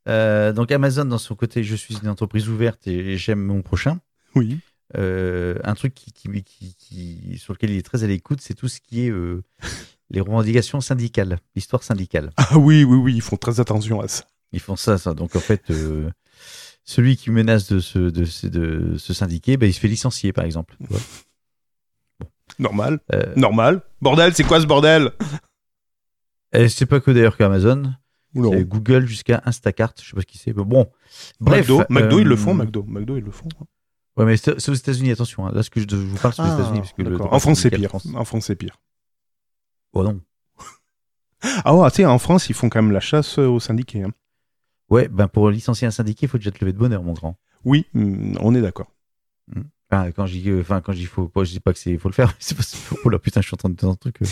[SPEAKER 3] Euh, donc, Amazon, dans son côté, je suis une entreprise ouverte et j'aime mon prochain.
[SPEAKER 2] Oui.
[SPEAKER 3] Euh, un truc qui, qui- qui- qui- sur lequel il est très à l'écoute, c'est tout ce qui est euh, les revendications syndicales, l'histoire syndicale.
[SPEAKER 2] Ah oui, oui, oui, ils font très attention à ça.
[SPEAKER 3] Ils font ça, ça. Donc, en fait, euh, celui qui menace de se, de, se- de se syndiquer, bah, il se fait licencier, par exemple. tu vois.
[SPEAKER 2] Normal,
[SPEAKER 3] Euh,
[SPEAKER 2] normal. Bordel, c'est quoi ce bordel
[SPEAKER 3] et c'est pas que d'ailleurs qu'Amazon.
[SPEAKER 2] Oula.
[SPEAKER 3] Euh, Google jusqu'à Instacart, je sais pas ce qui c'est. mais Bon, bref.
[SPEAKER 2] McDo, McDo,
[SPEAKER 3] euh,
[SPEAKER 2] ils le font, McDo, McDo, ils le font.
[SPEAKER 3] Ouais, mais c'est c'est aux États-Unis, attention. hein. Là, ce que je, je vous parle, c'est aux
[SPEAKER 2] Ah,
[SPEAKER 3] États-Unis. parce que le
[SPEAKER 2] d'accord.
[SPEAKER 3] droit
[SPEAKER 2] en France, c'est
[SPEAKER 3] syndical
[SPEAKER 2] pire.
[SPEAKER 3] de France-
[SPEAKER 2] En France, c'est pire.
[SPEAKER 3] Oh non.
[SPEAKER 2] Ah ouais, tu sais, en France, ils font quand même la chasse euh, aux syndiqués. hein.
[SPEAKER 3] Ouais, ben pour licencier un syndiqué, il faut déjà te lever de bonheur, mon grand.
[SPEAKER 2] Oui, mm, on est d'accord.
[SPEAKER 3] Enfin, quand j'y, euh, enfin, quand j'y faut, pas- je dis pas que c'est, faut le faire. mais C'est pas, c'est- oh là, putain, je suis en train de dire un truc. euh.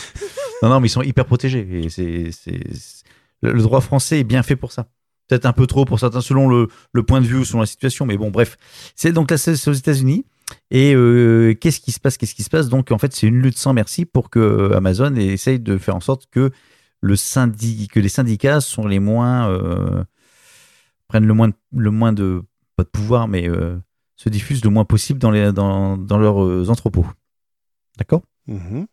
[SPEAKER 3] non, non, mais ils sont hyper protégés. Et c'est, c'est- c'est- le, le droit français est bien fait pour ça. Peut-être un peu trop pour certains, selon le, le point de vue ou selon la situation, mais bon, bref. C'est donc là, c'est c'est aux États-Unis. Et euh, qu'est-ce qui se passe Qu'est-ce qui se passe Donc, en fait, c'est une lutte sans merci pour que euh, Amazon essaye de faire en sorte que le syndic, que les syndicats sont les moins euh, prennent le moins, de- le moins de pas de pouvoir, mais euh, se diffusent le moins possible dans, les, dans, dans leurs euh, entrepôts. D'accord
[SPEAKER 2] Mhm.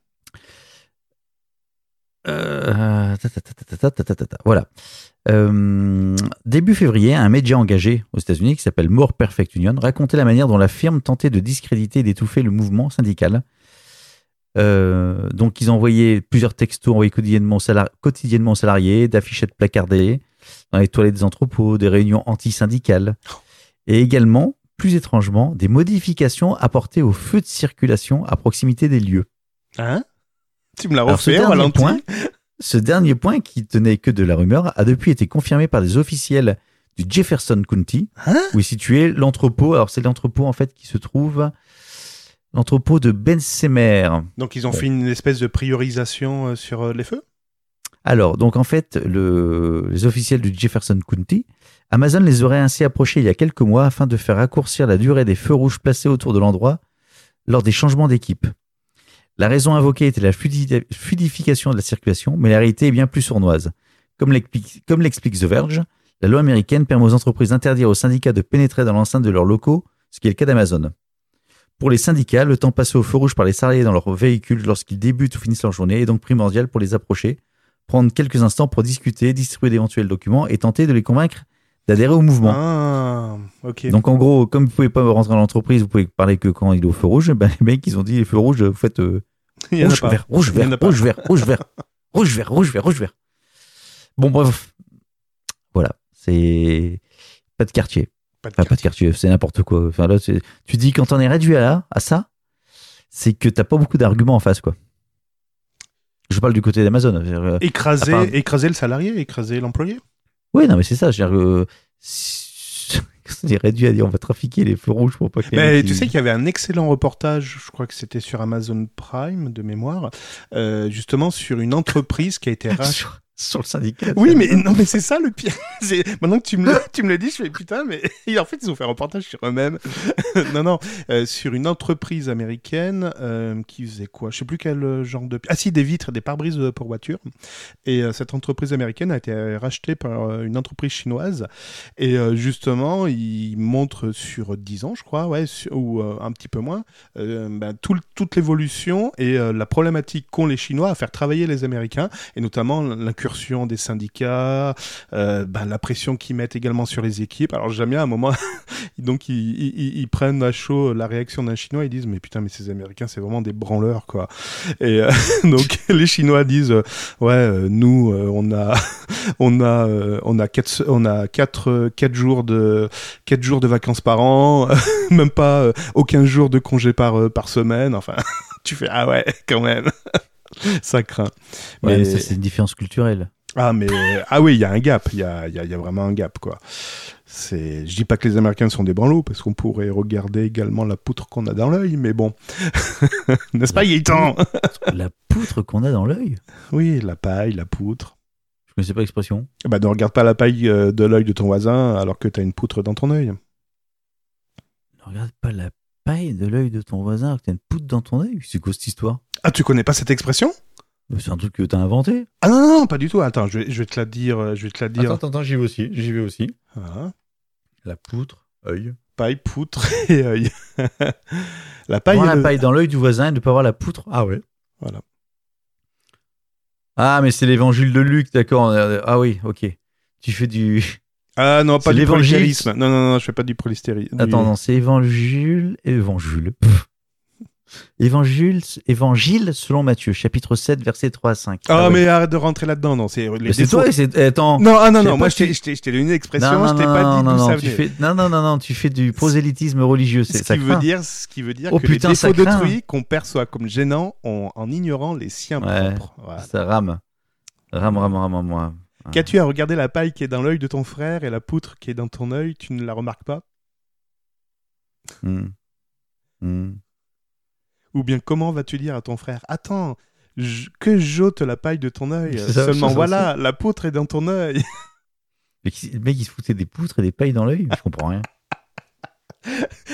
[SPEAKER 3] Euh, ta, ta, ta, ta, ta, ta, ta, ta, ta. Voilà. Euh, début février, un média engagé aux États-Unis qui s'appelle More Perfect Union racontait la manière dont la firme tentait de discréditer et d'étouffer le mouvement syndical. Euh, donc, ils envoyaient plusieurs textos envoyés quotidiennement aux, salari- quotidiennement aux salariés, d'affichettes placardées dans les toilettes des entrepôts, des réunions antisyndicales. Et également, plus étrangement, des modifications apportées au feu de circulation à proximité des lieux.
[SPEAKER 2] Hein Tu me l'as
[SPEAKER 3] Alors, ce
[SPEAKER 2] refait,
[SPEAKER 3] dernier
[SPEAKER 2] Valentin
[SPEAKER 3] point, ce dernier point qui tenait que de la rumeur a depuis été confirmé par des officiels du Jefferson County,
[SPEAKER 2] Hein
[SPEAKER 3] où est situé l'entrepôt. Alors c'est l'entrepôt en fait qui se trouve l'entrepôt de Ben Bensemer.
[SPEAKER 2] Donc, ils ont
[SPEAKER 3] Ouais.
[SPEAKER 2] fait une espèce de priorisation euh, sur euh, les feux
[SPEAKER 3] Alors donc en fait le- les officiels du Jefferson County, Amazon les aurait ainsi approchés il y a quelques mois afin de faire raccourcir la durée des feux rouges placés autour de l'endroit lors des changements d'équipe. La raison invoquée était la fluidi- fluidification de la circulation, mais la réalité est bien plus sournoise. Comme l'explique comme l'explique The Verge, la loi américaine permet aux entreprises d'interdire aux syndicats de pénétrer dans l'enceinte de leurs locaux, ce qui est le cas d'Amazon. Pour les syndicats, le temps passé au feu rouge par les salariés dans leur véhicule lorsqu'ils débutent ou finissent leur journée est donc primordial pour les approcher, prendre quelques instants pour discuter, distribuer d'éventuels documents et tenter de les convaincre d'adhérer au mouvement.
[SPEAKER 2] Ah, ok.
[SPEAKER 3] Donc en gros, comme vous pouvez pas rentrer dans l'entreprise, vous pouvez parler que quand il est au feu rouge, ben, les mecs ils ont dit les feux rouges, vous faites euh,
[SPEAKER 2] il y en a
[SPEAKER 3] rouge,
[SPEAKER 2] pas.
[SPEAKER 3] vert, rouge,
[SPEAKER 2] Il y en a
[SPEAKER 3] vert,
[SPEAKER 2] pas.
[SPEAKER 3] rouge, vert, rouge, vert, rouge, vert, rouge, vert, rouge, vert. Bon bref, voilà, c'est pas de quartier.
[SPEAKER 2] Pas de
[SPEAKER 3] Enfin,
[SPEAKER 2] carte.
[SPEAKER 3] pas de quartier, c'est n'importe quoi. Enfin, là, c'est- tu dis quand on est réduit à, là, à ça, c'est que t'as pas beaucoup d'arguments en face, quoi. Je parle du côté d'Amazon. Euh,
[SPEAKER 2] Écraser,
[SPEAKER 3] Ah, pardon.
[SPEAKER 2] écraser le salarié, écraser l'employé.
[SPEAKER 3] Oui, non, mais c'est ça. je veux dire, euh, si- Quand on est réduit à dire on va trafiquer les feux rouges pour pas que. les
[SPEAKER 2] Mais
[SPEAKER 3] mecs,
[SPEAKER 2] tu
[SPEAKER 3] ils-
[SPEAKER 2] sais qu'il y avait un excellent reportage, je crois que c'était sur Amazon Prime de mémoire, euh, justement sur une entreprise qui a été rachetée.
[SPEAKER 3] sur, sur le syndicat.
[SPEAKER 2] Hein Oui,
[SPEAKER 3] ça-
[SPEAKER 2] mais non, mais c'est ça le pire. C'est- Maintenant que tu me le, tu me le dis, je fais putain, mais en fait ils ont fait un reportage sur eux-mêmes. non, non, euh, sur une entreprise américaine euh, qui faisait quoi Je sais plus quel euh, genre de ah si des vitres, des pare-brises euh, pour voitures. Et euh, cette entreprise américaine a été euh, rachetée par euh, une entreprise chinoise. Et euh, justement, ils montrent sur 10 ans, je crois, ouais, sur- ou euh, un petit peu moins, euh, bah, tout le- toute l'évolution et euh, la problématique qu'ont les Chinois à faire travailler les Américains et notamment l'incursion des syndicats, euh, ben, la pression qu'ils mettent également sur les équipes. Alors j'aime bien à un moment, donc ils, ils- ils- ils prennent à chaud la réaction d'un Chinois, ils disent mais putain mais ces Américains c'est vraiment des branleurs quoi. Et euh, donc les Chinois disent euh, ouais euh, nous euh, on a on a euh, on a quatre se- on a quatre euh, quatre jours de quatre jours de vacances par an, même pas euh, aucun jour de congé par euh, par semaine. Enfin tu fais ah ouais quand même ça craint.
[SPEAKER 3] Ouais, mais ça, c'est une différence culturelle.
[SPEAKER 2] Ah, mais. ah oui, il y a un gap. Il y a, il y a- il y a vraiment un gap, quoi. C'est... Je dis pas que les Américains sont des branlots, parce qu'on pourrait regarder également la poutre qu'on a dans l'œil, mais bon. N'est-ce pas,
[SPEAKER 3] La
[SPEAKER 2] Gaëtan
[SPEAKER 3] La poutre qu'on a dans l'œil
[SPEAKER 2] Oui, la paille, la poutre.
[SPEAKER 3] Je connaissais pas l'expression.
[SPEAKER 2] Bah, ne regarde pas la paille euh, de l'œil de ton voisin alors que t'as une poutre dans ton œil.
[SPEAKER 3] Ne regarde pas la paille de l'œil de ton voisin alors que t'as une poutre dans ton œil. C'est quoi cette histoire
[SPEAKER 2] Ah, tu connais pas cette expression
[SPEAKER 3] C'est un truc que t'as inventé.
[SPEAKER 2] Ah non, non, non, pas du tout. Attends, je vais, je vais te la dire. euh, Je vais te la dire.
[SPEAKER 5] Attends, attends, attends, j'y vais aussi. J'y vais aussi.
[SPEAKER 2] Voilà.
[SPEAKER 5] La poutre, œil.
[SPEAKER 2] Paille, poutre et œil. la paille.
[SPEAKER 3] Voir
[SPEAKER 2] et
[SPEAKER 3] la
[SPEAKER 2] le-
[SPEAKER 3] paille dans l'œil du voisin et ne pas voir la poutre. Ah ouais.
[SPEAKER 2] Voilà.
[SPEAKER 3] Ah, mais c'est l'évangile de Luc, d'accord. euh, Ah oui, ok. Tu fais du.
[SPEAKER 2] Ah non, pas
[SPEAKER 3] C'est
[SPEAKER 2] du
[SPEAKER 3] l'évangile.
[SPEAKER 2] prolistérisme. Non, non, non, je fais pas du prolistérisme.
[SPEAKER 3] Attends, non, c'est évangile. Évangile. Pff. Évangile, évangile selon Matthieu, chapitre 7, verset 3 à 5.
[SPEAKER 2] Ah,
[SPEAKER 3] ouais.
[SPEAKER 2] mais arrête de rentrer là-dedans. Non, c'est les
[SPEAKER 3] Mais c'est
[SPEAKER 2] défauts.
[SPEAKER 3] toi, c'est. eh, Attends.
[SPEAKER 2] Non, ah non,
[SPEAKER 3] Je sais
[SPEAKER 2] non,
[SPEAKER 3] pas
[SPEAKER 2] moi je
[SPEAKER 3] si-
[SPEAKER 2] t'ai- je t'ai je t'ai donné une
[SPEAKER 3] Non,
[SPEAKER 2] expression, je
[SPEAKER 3] non,
[SPEAKER 2] t'ai pas
[SPEAKER 3] non,
[SPEAKER 2] dit
[SPEAKER 3] non,
[SPEAKER 2] d'où ça
[SPEAKER 3] non, tu
[SPEAKER 2] venait.
[SPEAKER 3] fais... non, non, non, non, tu fais du prosélytisme religieux. C'est
[SPEAKER 2] Ce
[SPEAKER 3] ça
[SPEAKER 2] qui, veut
[SPEAKER 3] craint.
[SPEAKER 2] dire, ce qui veut dire
[SPEAKER 3] Oh,
[SPEAKER 2] que
[SPEAKER 3] putain,
[SPEAKER 2] les
[SPEAKER 3] ça
[SPEAKER 2] défauts
[SPEAKER 3] craint.
[SPEAKER 2] d'autrui qu'on perçoit comme gênants en- en ignorant les siens
[SPEAKER 3] Ouais.
[SPEAKER 2] propres. Voilà.
[SPEAKER 3] Ça rame. Rame, rame, rame, rame, moi.
[SPEAKER 2] Qu'as-tu à regarder la paille qui est dans l'œil de ton frère et la poutre qui est dans ton œil Tu ne la remarques pas
[SPEAKER 3] Hmm. Hmm.
[SPEAKER 2] Ou bien comment vas-tu dire à ton frère Attends, je- que j'ôte la paille de ton œil
[SPEAKER 3] C'est ça,
[SPEAKER 2] Seulement
[SPEAKER 3] c'est ça,
[SPEAKER 2] voilà, la poutre est dans ton œil.
[SPEAKER 3] Mais qui- le mec, il se foutait des poutres et des pailles dans l'œil. Je comprends rien.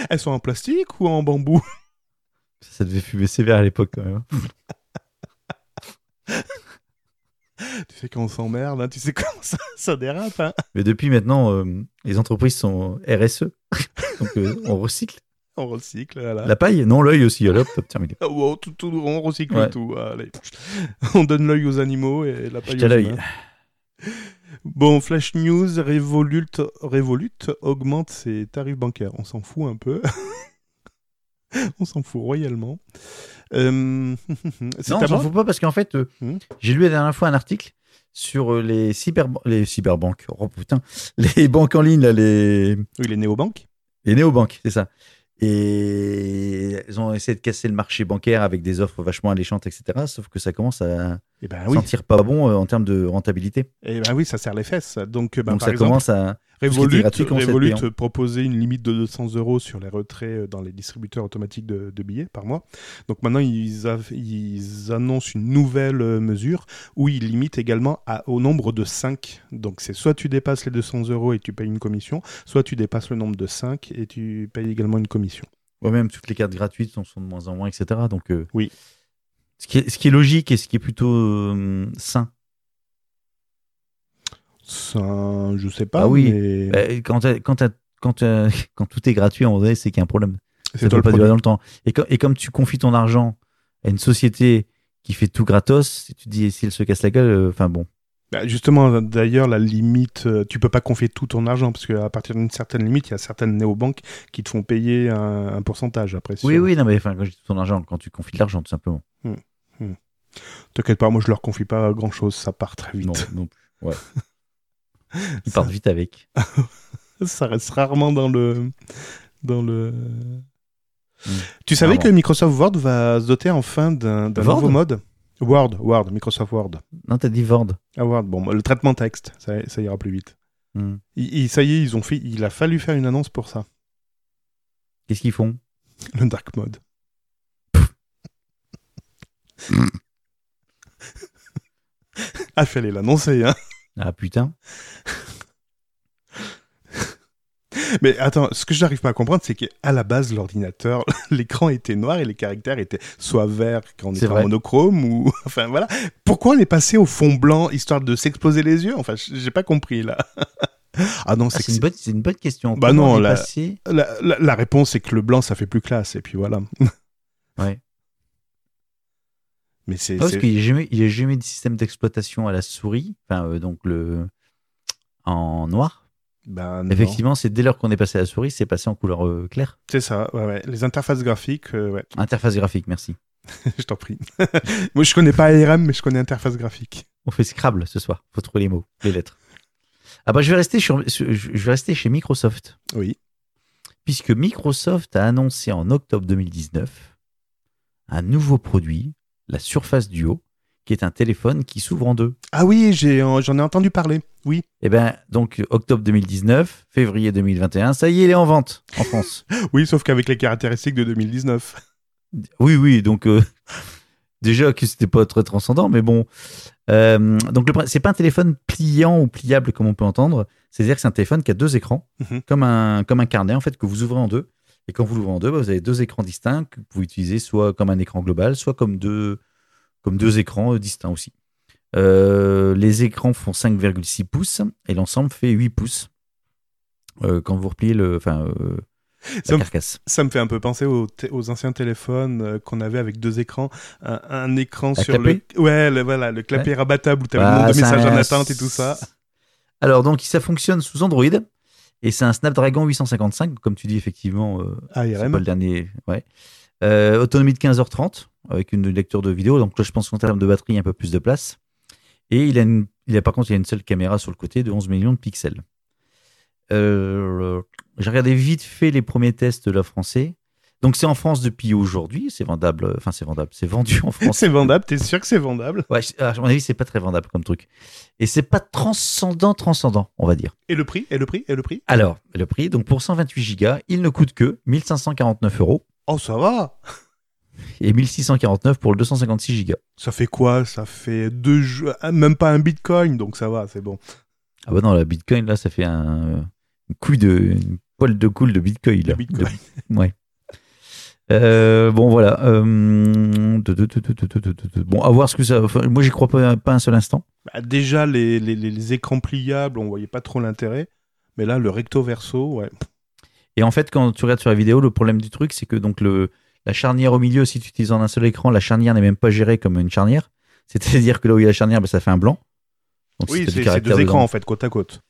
[SPEAKER 2] Elles sont en plastique ou en bambou
[SPEAKER 3] Ça, ça devait fumer sévère à l'époque, quand même.
[SPEAKER 2] Tu sais qu'on s'emmerde, hein, tu sais comment ça, ça dérape. hein.
[SPEAKER 3] Mais depuis maintenant, euh, les entreprises sont RSE. Donc, euh, on recycle.
[SPEAKER 2] on recycle, voilà.
[SPEAKER 3] La paille, non, l'œil aussi. Hop, hop, terminé.
[SPEAKER 2] Ah, wow, tout, tout- on recycle
[SPEAKER 3] Ouais.
[SPEAKER 2] tout. allez. On donne l'œil aux animaux et la paille
[SPEAKER 3] Jetez
[SPEAKER 2] aux
[SPEAKER 3] l'œil.
[SPEAKER 2] humains. Bon, Flash News, Revolut, Revolut augmente ses tarifs bancaires. On s'en fout un peu. on s'en fout royalement. Euh, c'est
[SPEAKER 3] Non,
[SPEAKER 2] à
[SPEAKER 3] j'en
[SPEAKER 2] moi
[SPEAKER 3] fous pas parce qu'en fait, euh,
[SPEAKER 2] Hmm.
[SPEAKER 3] j'ai lu la dernière fois un article sur euh, les, cyber les cyberbanques. Oh putain. Les banques en ligne, là, les.
[SPEAKER 2] Oui, les néobanques.
[SPEAKER 3] Les néobanques, c'est ça. Et elles ont essayé de casser le marché bancaire avec des offres vachement alléchantes, etc. Sauf que ça commence à
[SPEAKER 2] Eh ben oui.
[SPEAKER 3] sentir pas bon euh, en termes de rentabilité.
[SPEAKER 2] Eh ben oui, ça serre les fesses. Donc, euh, ben,
[SPEAKER 3] Donc
[SPEAKER 2] par
[SPEAKER 3] ça
[SPEAKER 2] exemple,
[SPEAKER 3] commence à. qui était
[SPEAKER 2] Revolut,
[SPEAKER 3] gratuit commence à être
[SPEAKER 2] Revolut
[SPEAKER 3] payant.
[SPEAKER 2] proposait une limite de 200 euros sur les retraits euh, dans les distributeurs automatiques de, de billets par mois. Donc maintenant, ils, av- ils annoncent une nouvelle euh, mesure où ils limitent également à- au nombre de 5. Donc c'est soit tu dépasses les 200 euros et tu payes une commission, soit tu dépasses le nombre de 5 et tu payes également une commission.
[SPEAKER 3] Ouais, même toutes les cartes gratuites sont, sont de moins en moins, etc. Donc. euh,
[SPEAKER 2] Oui.
[SPEAKER 3] Ce qui, est, ce qui est logique et ce qui est plutôt euh, sain.
[SPEAKER 2] Ça, je sais pas.
[SPEAKER 3] Ah oui.
[SPEAKER 2] mais
[SPEAKER 3] Euh, Quand, t'as- quand, t'as- quand, t'as- quand tout est gratuit, à un moment donné, c'est qu'il y a un problème.
[SPEAKER 2] c'est toi
[SPEAKER 3] ça doit
[SPEAKER 2] le
[SPEAKER 3] pas
[SPEAKER 2] produit.
[SPEAKER 3] durer dans le temps. Et, co- et comme tu confies ton argent à une société qui fait tout gratos, tu te dis s'il se casse la gueule, euh, enfin bon.
[SPEAKER 2] Bah, justement, d'ailleurs, la limite, euh, tu peux pas confier tout ton argent parce qu'à partir d'une certaine limite, il y a certaines néobanques qui te font payer un, un pourcentage après.
[SPEAKER 3] Oui,
[SPEAKER 2] sur-
[SPEAKER 3] oui, non, mais enfin, quand j'ai tout ton argent, quand tu confies de l'argent, tout simplement.
[SPEAKER 2] T'inquiète pas, moi je leur confie pas grand chose, ça part très Ah, vite.
[SPEAKER 3] Non, non plus. Ouais. Ils
[SPEAKER 2] Ça-
[SPEAKER 3] partent vite avec.
[SPEAKER 2] Ça reste rarement dans le. Dans le...
[SPEAKER 3] Mm.
[SPEAKER 2] Tu savais
[SPEAKER 3] Rarement.
[SPEAKER 2] que Microsoft Word va se doter enfin d'un d'un
[SPEAKER 3] Word
[SPEAKER 2] nouveau mode Word, Word, Microsoft Word.
[SPEAKER 3] Non, t'as dit Vord.
[SPEAKER 2] Ah, Word, bon, le traitement texte, ça, ça ira plus vite.
[SPEAKER 3] Hmm.
[SPEAKER 2] Il- il- ça y est, ils ont fait, il a fallu faire une annonce pour ça,
[SPEAKER 3] Qu'est-ce qu'ils font
[SPEAKER 2] le dark mode. ah, fallait l'annoncer, hein
[SPEAKER 3] Ah putain.
[SPEAKER 2] Mais attends, ce que j'arrive pas à comprendre, c'est qu'à la base, l'ordinateur, l'écran était noir et les caractères étaient soit verts quand on
[SPEAKER 3] C'est
[SPEAKER 2] était en
[SPEAKER 3] vrai.
[SPEAKER 2] monochrome ou. Enfin voilà. Pourquoi on est passé au fond blanc histoire de s'exploser les yeux Enfin, j- j'ai pas compris là. ah non,
[SPEAKER 3] Ah,
[SPEAKER 2] c'est que
[SPEAKER 3] c'est une, bonne- c'est une bonne question.
[SPEAKER 2] Bah
[SPEAKER 3] Comment
[SPEAKER 2] non,
[SPEAKER 3] on est
[SPEAKER 2] là-
[SPEAKER 3] passé
[SPEAKER 2] c'est- la, la- la réponse, c'est que le blanc, ça fait plus classe et puis voilà.
[SPEAKER 3] Ouais.
[SPEAKER 2] Mais c'est.
[SPEAKER 3] Ah, parce
[SPEAKER 2] c'est-
[SPEAKER 3] qu'il n'y a, jamais- il y a jamais de système d'exploitation à la souris, enfin, euh, donc le. en noir.
[SPEAKER 2] ben, non.
[SPEAKER 3] Effectivement, c'est dès lors qu'on est passé à la souris, c'est passé en couleur euh, claire.
[SPEAKER 2] C'est ça, ouais, ouais. Les interfaces graphiques, euh, ouais,
[SPEAKER 3] Interface graphique, merci.
[SPEAKER 2] je t'en prie. Moi, je connais pas ARM, mais je connais interface graphique.
[SPEAKER 3] On fait Scrabble ce soir. Faut trouver les mots, les lettres. Ah bah je vais rester sur, sur- je je vais rester chez Microsoft
[SPEAKER 2] Oui.
[SPEAKER 3] puisque Microsoft a annoncé en octobre 2019 un nouveau produit, la Surface Duo, qui est un téléphone qui s'ouvre en deux.
[SPEAKER 2] Ah oui, j'ai, euh, j'en ai entendu parler. Oui.
[SPEAKER 3] Eh ben, donc octobre 2019, février 2021, ça y est, il est en vente en France.
[SPEAKER 2] Oui, sauf qu'avec les caractéristiques de 2019.
[SPEAKER 3] Oui, oui, donc euh, déjà que c'était pas très transcendant, mais bon. Euh, donc le prin- c'est pas un téléphone pliant ou pliable comme on peut entendre, c'est-à-dire que c'est un téléphone qui a deux écrans,
[SPEAKER 2] Mhm.
[SPEAKER 3] comme, un, comme un carnet en fait que vous ouvrez en deux. Et quand vous l'ouvrez en deux, bah, vous avez deux écrans distincts que vous pouvez utiliser soit comme un écran global, soit comme deux, comme deux écrans euh, distincts aussi. Euh, les écrans font 5,6 pouces et l'ensemble fait 8 pouces euh, quand vous repliez le, enfin, euh,
[SPEAKER 2] Ça
[SPEAKER 3] la
[SPEAKER 2] me,
[SPEAKER 3] carcasse.
[SPEAKER 2] ça me fait un peu penser aux, té- aux anciens téléphones euh, qu'on avait avec deux écrans. Un, un écran
[SPEAKER 3] La
[SPEAKER 2] sur
[SPEAKER 3] clapet
[SPEAKER 2] le. Ouais, le- voilà, le clapet rabattable où t'avais
[SPEAKER 3] Bah,
[SPEAKER 2] le nombre de
[SPEAKER 3] c'est
[SPEAKER 2] messages en
[SPEAKER 3] un-
[SPEAKER 2] attente et tout ça.
[SPEAKER 3] Alors donc ça fonctionne sous Android et c'est un Snapdragon 855 comme tu dis effectivement euh, c'est pas
[SPEAKER 2] ARM.
[SPEAKER 3] le dernier ouais. Euh, autonomie de 15h30 avec une lecture de vidéo donc là je pense qu'en termes de batterie il y a un peu plus de place et il a, une- il a par contre il a une seule caméra sur le côté de 11 millions de pixels. Euh, j'ai regardé vite fait les premiers tests de la français. Donc c'est en France depuis aujourd'hui, c'est vendable, enfin c'est vendable, c'est vendu en France.
[SPEAKER 2] C'est vendable, t'es sûr que c'est vendable
[SPEAKER 3] Ouais, à mon avis, c'est pas très vendable comme truc. Et c'est pas transcendant, transcendant, on va dire.
[SPEAKER 2] Et le prix Et le prix Et le prix
[SPEAKER 3] Alors, le prix, donc pour 128 gigas, il ne coûte que 1549 euros
[SPEAKER 2] Oh, ça va
[SPEAKER 3] et 1649 pour le 256 gigas.
[SPEAKER 2] Ça fait quoi Ça fait deux jeux. ah, Même pas un bitcoin, donc ça va, c'est bon.
[SPEAKER 3] Ah bah non, la Bitcoin, là, ça fait un, une couille de, une poêle de coule de Bitcoin. Là.
[SPEAKER 2] Bitcoin.
[SPEAKER 3] De- ouais. Euh, bon, voilà. Euh, de- de- de- de- de- de- de- de- Bon, à voir ce que ça. enfin, moi, j'y crois pas, pas un seul instant.
[SPEAKER 2] Bah, déjà, les, les, les- les écrans pliables, on voyait pas trop l'intérêt. Mais là, le recto verso, ouais.
[SPEAKER 3] Et en fait, quand tu regardes sur la vidéo, le problème du truc, c'est que donc le, la charnière au milieu, si tu utilises en un seul écran, la charnière n'est même pas gérée comme une charnière. C'est-à-dire que là où il y a la charnière, ben, ça fait un blanc. Donc, si
[SPEAKER 2] Oui,
[SPEAKER 3] t'as du
[SPEAKER 2] c'est c'est
[SPEAKER 3] caractère
[SPEAKER 2] deux
[SPEAKER 3] dedans.
[SPEAKER 2] écrans en fait, côte à côte.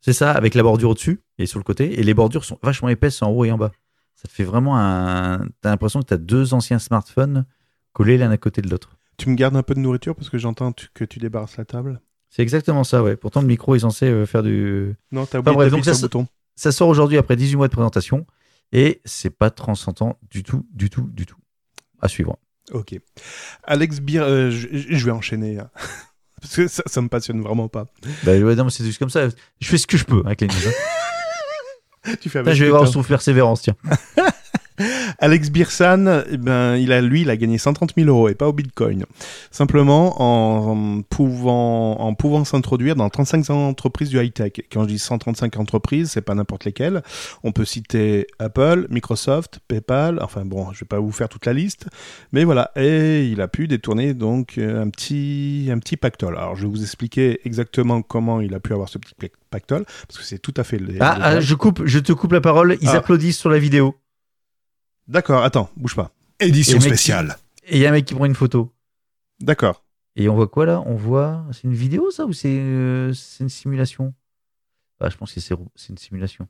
[SPEAKER 3] C'est ça, avec la bordure au-dessus et sur le côté. Et les bordures sont vachement épaisses en haut et en bas. Ça te fait vraiment un. T'as l'impression que t'as deux anciens smartphones collés l'un à côté de l'autre.
[SPEAKER 2] Tu me gardes un peu de nourriture parce que j'entends tu- que tu débarrasses la table.
[SPEAKER 3] C'est exactement ça, ouais. Pourtant, le micro est censé euh, faire du.
[SPEAKER 2] Non, t'as
[SPEAKER 3] Enfin,
[SPEAKER 2] oublié d'appuyer
[SPEAKER 3] bref, donc ça,
[SPEAKER 2] sur le bouton.
[SPEAKER 3] Ça sort aujourd'hui après 18 mois de présentation et c'est pas transcendant du tout, du tout, du tout. À suivre.
[SPEAKER 2] Ok. Alex Bir, euh, je- je je vais enchaîner. hein. Parce que ça, ça me passionne vraiment pas.
[SPEAKER 3] Bah, ouais, non, mais c'est juste comme ça. Je fais ce que je peux avec les news. hein.
[SPEAKER 2] Ah, bah, Tu fais
[SPEAKER 3] Là,
[SPEAKER 2] avec
[SPEAKER 3] je vais
[SPEAKER 2] Twitter.
[SPEAKER 3] voir, je trouve persévérance, tiens.
[SPEAKER 2] Alex Birsan, eh ben, il a, lui, il a gagné 130 000 euros et pas au Bitcoin. Simplement en, en pouvant, en pouvant s'introduire dans 35 entreprises du high-tech. Quand je dis 135 entreprises, c'est pas n'importe lesquelles. On peut citer Apple, Microsoft, PayPal. Enfin bon, je vais pas vous faire toute la liste. Mais voilà. Et il a pu détourner donc euh, un petit, un petit pactole. Alors, je vais vous expliquer exactement comment il a pu avoir ce petit pac- pactole. Parce que c'est tout à fait le-
[SPEAKER 3] Ah,
[SPEAKER 2] le-
[SPEAKER 3] ah, je, coupe, je te coupe la parole. Ils
[SPEAKER 2] Ah.
[SPEAKER 3] applaudissent sur la vidéo.
[SPEAKER 2] D'accord. Attends, bouge pas.
[SPEAKER 1] Édition
[SPEAKER 3] Et mec-
[SPEAKER 1] spéciale.
[SPEAKER 3] Et il y a un mec qui prend une photo.
[SPEAKER 2] D'accord.
[SPEAKER 3] Et on voit quoi là On voit. C'est une vidéo ça ou c'est euh, c'est une simulation Ah, Je pense que c'est c'est une simulation.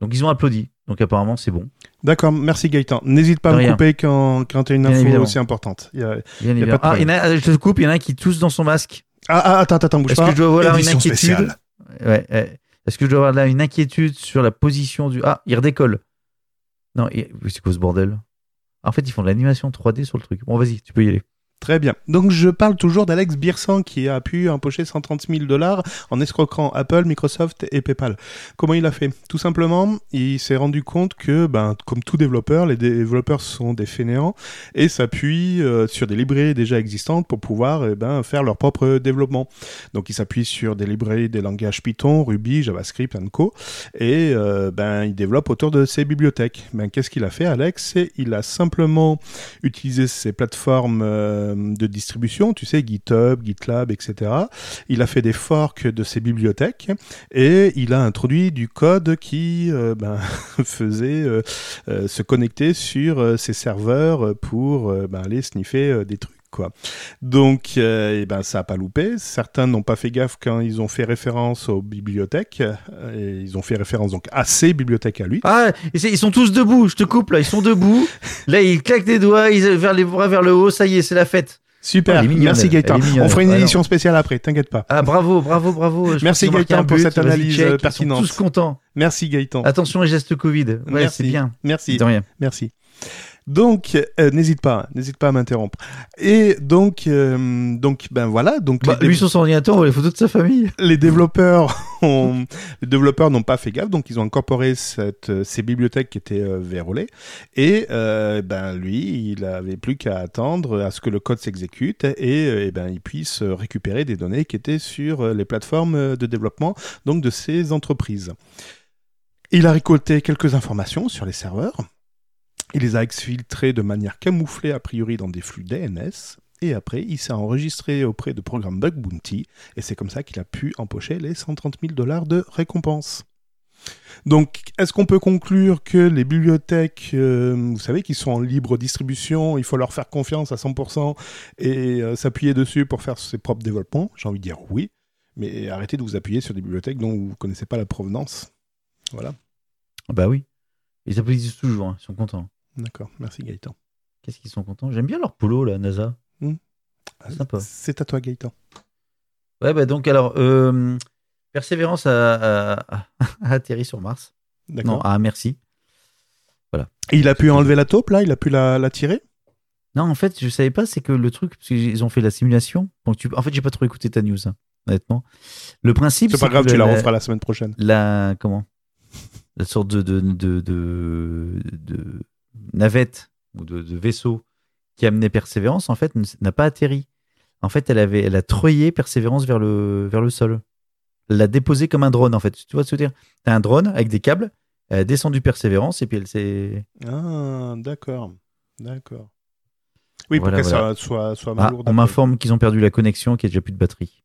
[SPEAKER 3] Donc ils ont applaudi. Donc apparemment c'est bon.
[SPEAKER 2] D'accord, merci Gaëtan. N'hésite pas
[SPEAKER 3] De
[SPEAKER 2] à me
[SPEAKER 3] rien.
[SPEAKER 2] couper quand, quand tu as une
[SPEAKER 3] Bien
[SPEAKER 2] info
[SPEAKER 3] évidemment.
[SPEAKER 2] aussi importante. Il y a-
[SPEAKER 3] Bien
[SPEAKER 2] Y a pas
[SPEAKER 3] évidemment.
[SPEAKER 2] de
[SPEAKER 3] Ah, il y en a- je te coupe, il y en a un qui tousse dans son masque.
[SPEAKER 2] Ah, ah, attends, attends, bouge
[SPEAKER 3] Est-ce que
[SPEAKER 2] pas.
[SPEAKER 3] je dois avoir là une
[SPEAKER 1] Édition
[SPEAKER 3] inquiétude
[SPEAKER 1] spéciale.
[SPEAKER 3] Ouais, ouais. Est-ce que je dois avoir là une inquiétude sur la position du. Ah, il redécolle. Non, il- c'est quoi ce bordel En fait, ils font de l'animation 3D sur le truc. Bon, vas-y, tu peux y aller.
[SPEAKER 2] Très bien. Donc je parle toujours d'Alex Birsan qui a pu empocher 130 000 dollars en escroquant Apple, Microsoft et PayPal. Comment il a fait Tout simplement, il s'est rendu compte que, ben, comme tout développeur, les développeurs sont des fainéants et s'appuient euh, sur des librairies déjà existantes pour pouvoir eh ben, faire leur propre développement. Donc ils s'appuient sur des librairies des langages Python, Ruby, JavaScript, and co. Et euh, ben, ils développent autour de ces bibliothèques. Ben, Qu'est-ce qu'il a fait, Alex C'est- Il a simplement utiliser ces plateformes euh, de distribution, tu sais, GitHub, GitLab, etc. Il a fait des forks de ces bibliothèques et il a introduit du code qui euh, ben, faisait euh, euh, se connecter sur euh, ces serveurs euh, pour euh, ben, aller sniffer euh, des trucs. Quoi. Donc, euh, eh ben, ça n'a pas loupé. Certains n'ont pas fait gaffe quand ils ont fait référence aux bibliothèques. euh, et ils ont fait référence donc à ces bibliothèques à lui.
[SPEAKER 3] Ah, et c'est- ils sont tous debout, je te coupe là, ils sont debout. là, ils claquent des doigts, ils vers les bras vers le haut, ça y est, c'est la fête.
[SPEAKER 2] Super,
[SPEAKER 3] Elle est mignonne,
[SPEAKER 2] merci
[SPEAKER 3] elle. Elle
[SPEAKER 2] Gaëtan.
[SPEAKER 3] est mignonne.
[SPEAKER 2] On fera une
[SPEAKER 3] Ouais, non.
[SPEAKER 2] édition spéciale après, t'inquiète pas.
[SPEAKER 3] Ah, bravo, bravo, bravo. Je
[SPEAKER 2] Merci
[SPEAKER 3] pense qu'ils ont marqué
[SPEAKER 2] Gaëtan
[SPEAKER 3] un
[SPEAKER 2] pour
[SPEAKER 3] but.
[SPEAKER 2] cette
[SPEAKER 3] Vas-y,
[SPEAKER 2] analyse,
[SPEAKER 3] check.
[SPEAKER 2] euh,
[SPEAKER 3] Ils sont
[SPEAKER 2] pertinente.
[SPEAKER 3] tous contents.
[SPEAKER 2] Merci Gaëtan.
[SPEAKER 3] Attention les gestes Covid. Ouais,
[SPEAKER 2] Merci.
[SPEAKER 3] c'est bien.
[SPEAKER 2] Merci.
[SPEAKER 3] De rien.
[SPEAKER 2] Merci. Donc, euh, n'hésite pas, n'hésite pas à m'interrompre. Et donc, euh, donc, ben voilà, donc
[SPEAKER 3] Bah,
[SPEAKER 2] les,
[SPEAKER 3] lui,
[SPEAKER 2] dé-
[SPEAKER 3] sur son ordinateur, on voit les photos de sa famille.
[SPEAKER 2] les développeurs, ont- les développeurs n'ont pas fait gaffe, donc ils ont incorporé cette, euh, ces bibliothèques qui étaient euh, vérolées. Et euh, ben lui, il avait plus qu'à attendre à ce que le code s'exécute et, euh, eh ben il puisse récupérer des données qui étaient sur euh, les plateformes euh, de développement donc de ces entreprises. Il a récolté quelques informations sur les serveurs. Il les a exfiltrées de manière camouflée a priori dans des flux DNS. Et après, il s'est enregistré auprès de programmes Bug Bounty. Et c'est comme ça qu'il a pu empocher les 130 000 dollars de récompense. Donc, est-ce qu'on peut conclure que les bibliothèques, euh, vous savez, qui sont en libre distribution, il faut leur faire confiance à 100% et euh, s'appuyer dessus pour faire ses propres développements J'ai envie de dire oui, mais arrêtez de vous appuyer sur des bibliothèques dont vous ne connaissez pas la provenance. Voilà,
[SPEAKER 3] Bah oui. Ils applaudissent toujours, hein, ils sont contents.
[SPEAKER 2] d'accord, merci Gaëtan.
[SPEAKER 3] Qu'est-ce qu'ils sont contents J'aime bien leur polo, là, NASA.
[SPEAKER 2] Hmm.
[SPEAKER 3] Ah, Sympa.
[SPEAKER 2] C'est à toi Gaëtan.
[SPEAKER 3] Ouais, bah donc, alors, euh, Persévérance a, a- a- a atterri sur Mars. Non,
[SPEAKER 2] D'accord.
[SPEAKER 3] ah, merci.
[SPEAKER 2] Et Il a pu enlever la taupe là, il a pu la, la tirer
[SPEAKER 3] Non, en fait, je savais pas, c'est que le truc, parce qu'ils ont fait la simulation. Donc tu... En fait, j'ai pas trop écouté ta news, hein, honnêtement. Le principe.
[SPEAKER 2] C'est pas
[SPEAKER 3] que
[SPEAKER 2] grave, tu la
[SPEAKER 3] la-
[SPEAKER 2] referas la semaine prochaine.
[SPEAKER 3] La. Comment La sorte de, de, de, de- de navette ou de, de vaisseau qui amenait Persévérance, en fait, n- n'a pas atterri. En fait, elle, avait, elle a treuillé Persévérance vers le, vers le sol. Elle l'a déposé comme un drone, en fait. Tu vois ce que je veux dire T'as un drone avec des câbles, elle a descendu Persévérance et puis elle s'est.
[SPEAKER 2] Ah, d'accord. D'accord. Oui,
[SPEAKER 3] Voilà,
[SPEAKER 2] pour que
[SPEAKER 3] voilà.
[SPEAKER 2] ça soit, soit moins
[SPEAKER 3] Ah,
[SPEAKER 2] lourd
[SPEAKER 3] on
[SPEAKER 2] après.
[SPEAKER 3] m'informe qu'ils ont perdu la connexion, qu'il n'y a déjà plus de batterie.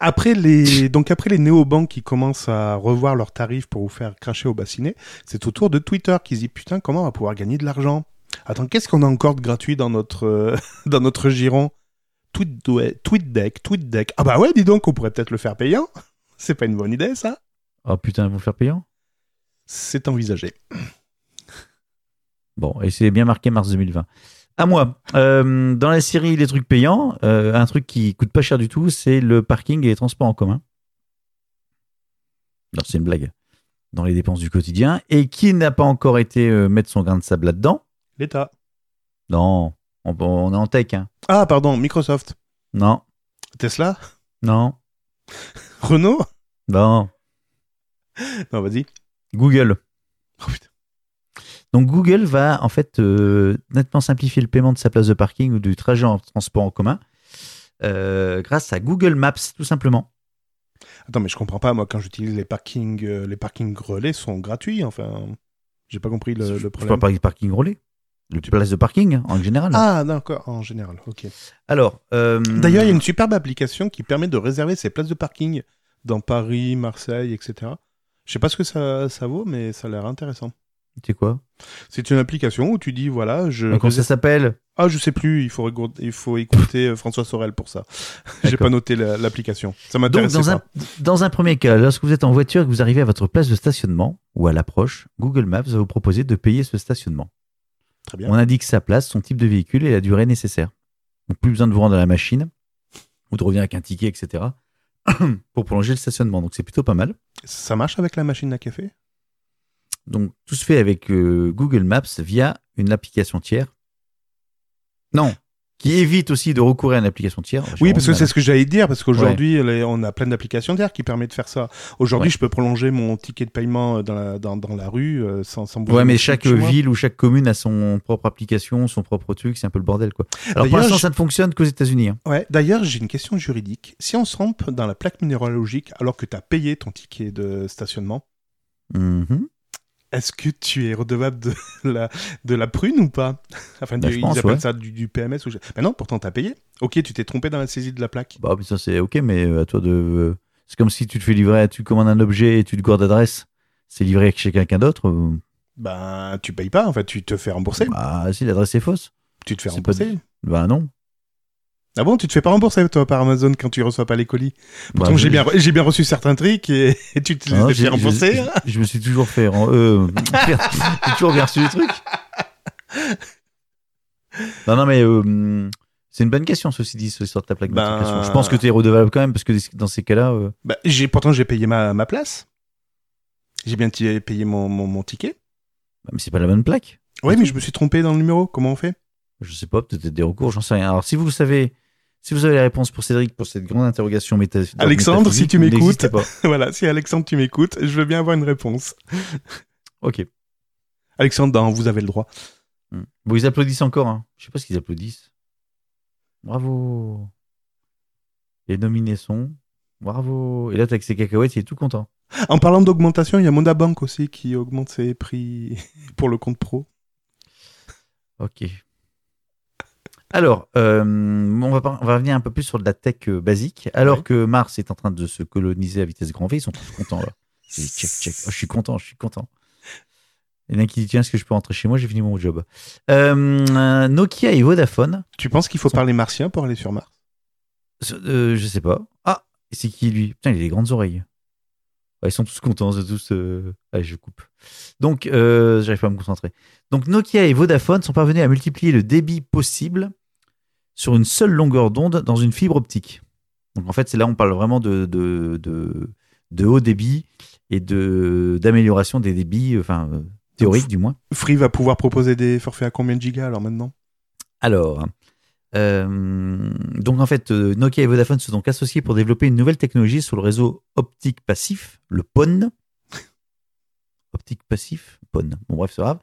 [SPEAKER 2] Après les, donc après les néobanques qui commencent à revoir leurs tarifs pour vous faire cracher au bassinet, c'est au tour de Twitter qui se dit putain, comment on va pouvoir gagner de l'argent Attends, qu'est-ce qu'on a encore de gratuit dans notre, euh, dans notre giron Tweet- TweetDeck, TweetDeck. Ah bah ouais, dis donc, on pourrait peut-être le faire payant. C'est pas une bonne idée, ça
[SPEAKER 3] Ah putain, ils vont le faire payant
[SPEAKER 2] C'est envisagé.
[SPEAKER 3] Bon, et c'est bien marqué mars 2020. À moi, Euh, dans la série Les trucs payants, euh, un truc qui coûte pas cher du tout, c'est le parking et les transports en commun. Non, c'est une blague. Dans les dépenses du quotidien. Et qui n'a pas encore été euh, mettre son grain de sable là-dedans
[SPEAKER 2] L'État.
[SPEAKER 3] Non, on, on est en tech. Hein.
[SPEAKER 2] Ah, pardon, Microsoft.
[SPEAKER 3] Non,
[SPEAKER 2] Tesla
[SPEAKER 3] non,
[SPEAKER 2] Renault
[SPEAKER 3] non.
[SPEAKER 2] Non, vas-y.
[SPEAKER 3] Google.
[SPEAKER 2] Oh, putain.
[SPEAKER 3] Donc Google va en fait euh, nettement simplifier le paiement de sa place de parking ou du trajet en transport en commun euh, grâce à Google Maps tout simplement.
[SPEAKER 2] Attends, mais je comprends pas, moi, quand j'utilise les parkings, euh, les parkings relais sont gratuits, enfin. J'ai pas compris le, le
[SPEAKER 3] Je
[SPEAKER 2] problème.
[SPEAKER 3] parle pas du parking relais, le place de parking hein, en général.
[SPEAKER 2] Ah, d'accord, en général, ok.
[SPEAKER 3] Alors euh,
[SPEAKER 2] D'ailleurs, il y a une superbe application qui permet de réserver ses places de parking dans Paris, Marseille, etc. Je sais pas ce que ça, ça vaut, mais ça a l'air intéressant.
[SPEAKER 3] c'est quoi
[SPEAKER 2] C'est une application où tu dis, voilà, je.
[SPEAKER 3] Donc, Comment ça s'appelle
[SPEAKER 2] Ah, je sais plus, il faut, regour- il faut écouter euh, François Sorel pour ça. J'ai
[SPEAKER 3] D'accord.
[SPEAKER 2] pas noté la- l'application. Ça
[SPEAKER 3] Donc,
[SPEAKER 2] m'intéresse.
[SPEAKER 3] dans un, dans un premier cas, lorsque vous êtes en voiture et que vous arrivez à votre place de stationnement ou à l'approche, Google Maps va vous proposer de payer ce stationnement.
[SPEAKER 2] Très bien.
[SPEAKER 3] On indique sa place, son type de véhicule et la durée nécessaire. Donc plus besoin de vous rendre à la machine ou de revenir avec un ticket, etc. pour prolonger le stationnement. Donc c'est plutôt pas mal.
[SPEAKER 2] Ça marche avec la machine à café
[SPEAKER 3] Donc tout se fait avec euh, Google Maps via une application tiers. Non, qui évite aussi de recourir à une application tiers.
[SPEAKER 2] Oui, parce que c'est
[SPEAKER 3] Voilà.
[SPEAKER 2] ce que j'allais dire, parce qu'aujourd'hui, les- on a plein d'applications d'air qui permettent de faire ça. Aujourd'hui,
[SPEAKER 3] Ouais.
[SPEAKER 2] je peux prolonger mon ticket de paiement euh, dans la, dans, dans la rue euh, sans, sans bouger.
[SPEAKER 3] Ouais, mais
[SPEAKER 2] de
[SPEAKER 3] chaque
[SPEAKER 2] chez moi.
[SPEAKER 3] ville ou chaque commune a son propre application, son propre truc, c'est un peu le bordel quoi. Alors pour
[SPEAKER 2] D'ailleurs,
[SPEAKER 3] l'instant,
[SPEAKER 2] je-
[SPEAKER 3] ça ne fonctionne qu'aux États-Unis. hein.
[SPEAKER 2] Ouais. D'ailleurs, j'ai une question juridique. Si on se trompe dans la plaque minéralogique alors que tu as payé ton ticket de stationnement,
[SPEAKER 3] Mhm.
[SPEAKER 2] est-ce que tu es redevable de la, de la prune ou pas Enfin,
[SPEAKER 3] Bah,
[SPEAKER 2] du-
[SPEAKER 3] je
[SPEAKER 2] ils
[SPEAKER 3] pense,
[SPEAKER 2] appellent
[SPEAKER 3] ouais.
[SPEAKER 2] ça du, du PMS ou je- Mais non, pourtant, tu as payé. Ok, tu t'es trompé dans la saisie de la plaque.
[SPEAKER 3] Bah, mais ça c'est ok, mais euh, à toi de. euh, C'est comme si tu te fais livrer, tu commandes un objet et tu te gardes d'adresse. C'est livré chez quelqu'un d'autre. euh,
[SPEAKER 2] Ben, tu payes pas, en fait, tu te fais rembourser.
[SPEAKER 3] Bah, si l'adresse est fausse.
[SPEAKER 2] tu te fais
[SPEAKER 3] c'est pas
[SPEAKER 2] rembourser.
[SPEAKER 3] Bah, non.
[SPEAKER 2] Ah bon, tu te fais pas rembourser, toi, par Amazon quand tu reçois pas les colis Pourtant,
[SPEAKER 3] Bah,
[SPEAKER 2] j'ai
[SPEAKER 3] je-
[SPEAKER 2] bien, j'ai bien reçu certains trucs et, et tu te les
[SPEAKER 3] Ah,
[SPEAKER 2] as
[SPEAKER 3] j'ai-
[SPEAKER 2] fait rembourser.
[SPEAKER 3] je-
[SPEAKER 2] hein.
[SPEAKER 3] je- je me suis toujours fait. ren- Euh, j'ai toujours bien reçu les trucs. Non, non, mais euh, c'est une bonne question, ceci dit, sur l'histoire de ta plaque
[SPEAKER 2] Ben-
[SPEAKER 3] d'immatriculation. Je pense que tu es redevable quand même, parce que dans ces cas-là. euh,
[SPEAKER 2] Bah, j'ai, pourtant, j'ai payé ma, ma place. J'ai bien t- payé mon, mon, mon ticket.
[SPEAKER 3] bah, mais c'est pas la bonne plaque.
[SPEAKER 2] Oui, mais je me suis trompé dans le numéro. Comment on fait
[SPEAKER 3] Je sais pas, peut-être des recours, j'en sais rien. Alors, si vous le savez, si vous avez la réponse pour Cédric, pour cette grande interrogation méta-
[SPEAKER 2] Alexandre, si
[SPEAKER 3] métaphysique,
[SPEAKER 2] tu m'écoutes.
[SPEAKER 3] n'existez pas.
[SPEAKER 2] Voilà, si Alexandre, tu m'écoutes, je veux bien avoir une réponse.
[SPEAKER 3] Ok.
[SPEAKER 2] Alexandre, non, vous avez le droit.
[SPEAKER 3] Hmm. Bon, ils applaudissent encore. Hein. Je sais pas ce qu'ils applaudissent. Bravo. Les nominés sont. Bravo. Et là, t'as avec ses cacahuètes, il est tout content.
[SPEAKER 2] En parlant d'augmentation, il y a Mondabank aussi qui augmente ses prix pour le compte pro.
[SPEAKER 3] Ok. Alors, euh, on, va, par- on va revenir un peu plus sur de la tech euh, basique. Alors que Mars est en train de se coloniser à vitesse grand V, ils sont tous contents là. C'est Check, check. Oh, je suis content, je suis content. Il y en a qui dit tiens, est-ce que je peux rentrer chez moi J'ai fini mon job. Euh, euh, Nokia et Vodafone
[SPEAKER 2] Tu penses qu'il faut parler martien pour aller sur Mars
[SPEAKER 3] Ce- euh, je sais pas. Ah, c'est qui lui Putain, il a des grandes oreilles. Ah, ils sont tous contents, ils sont tous. euh, ah, je coupe. Donc, euh, j'arrive pas à me concentrer. Donc, Nokia et Vodafone sont parvenus à multiplier le débit possible sur une seule longueur d'onde dans une fibre optique. Donc, en fait, c'est là on parle vraiment de, de, de, de haut débit et de d'amélioration des débits, enfin euh, théoriques du moins.
[SPEAKER 2] Free va pouvoir proposer des forfaits à combien de gigas alors maintenant
[SPEAKER 3] Alors, euh, donc en fait, euh, Nokia et Vodafone se sont donc associés pour développer une nouvelle technologie sur le réseau optique passif, le PON. optique passif, PON. Bon, bref, c'est pas grave.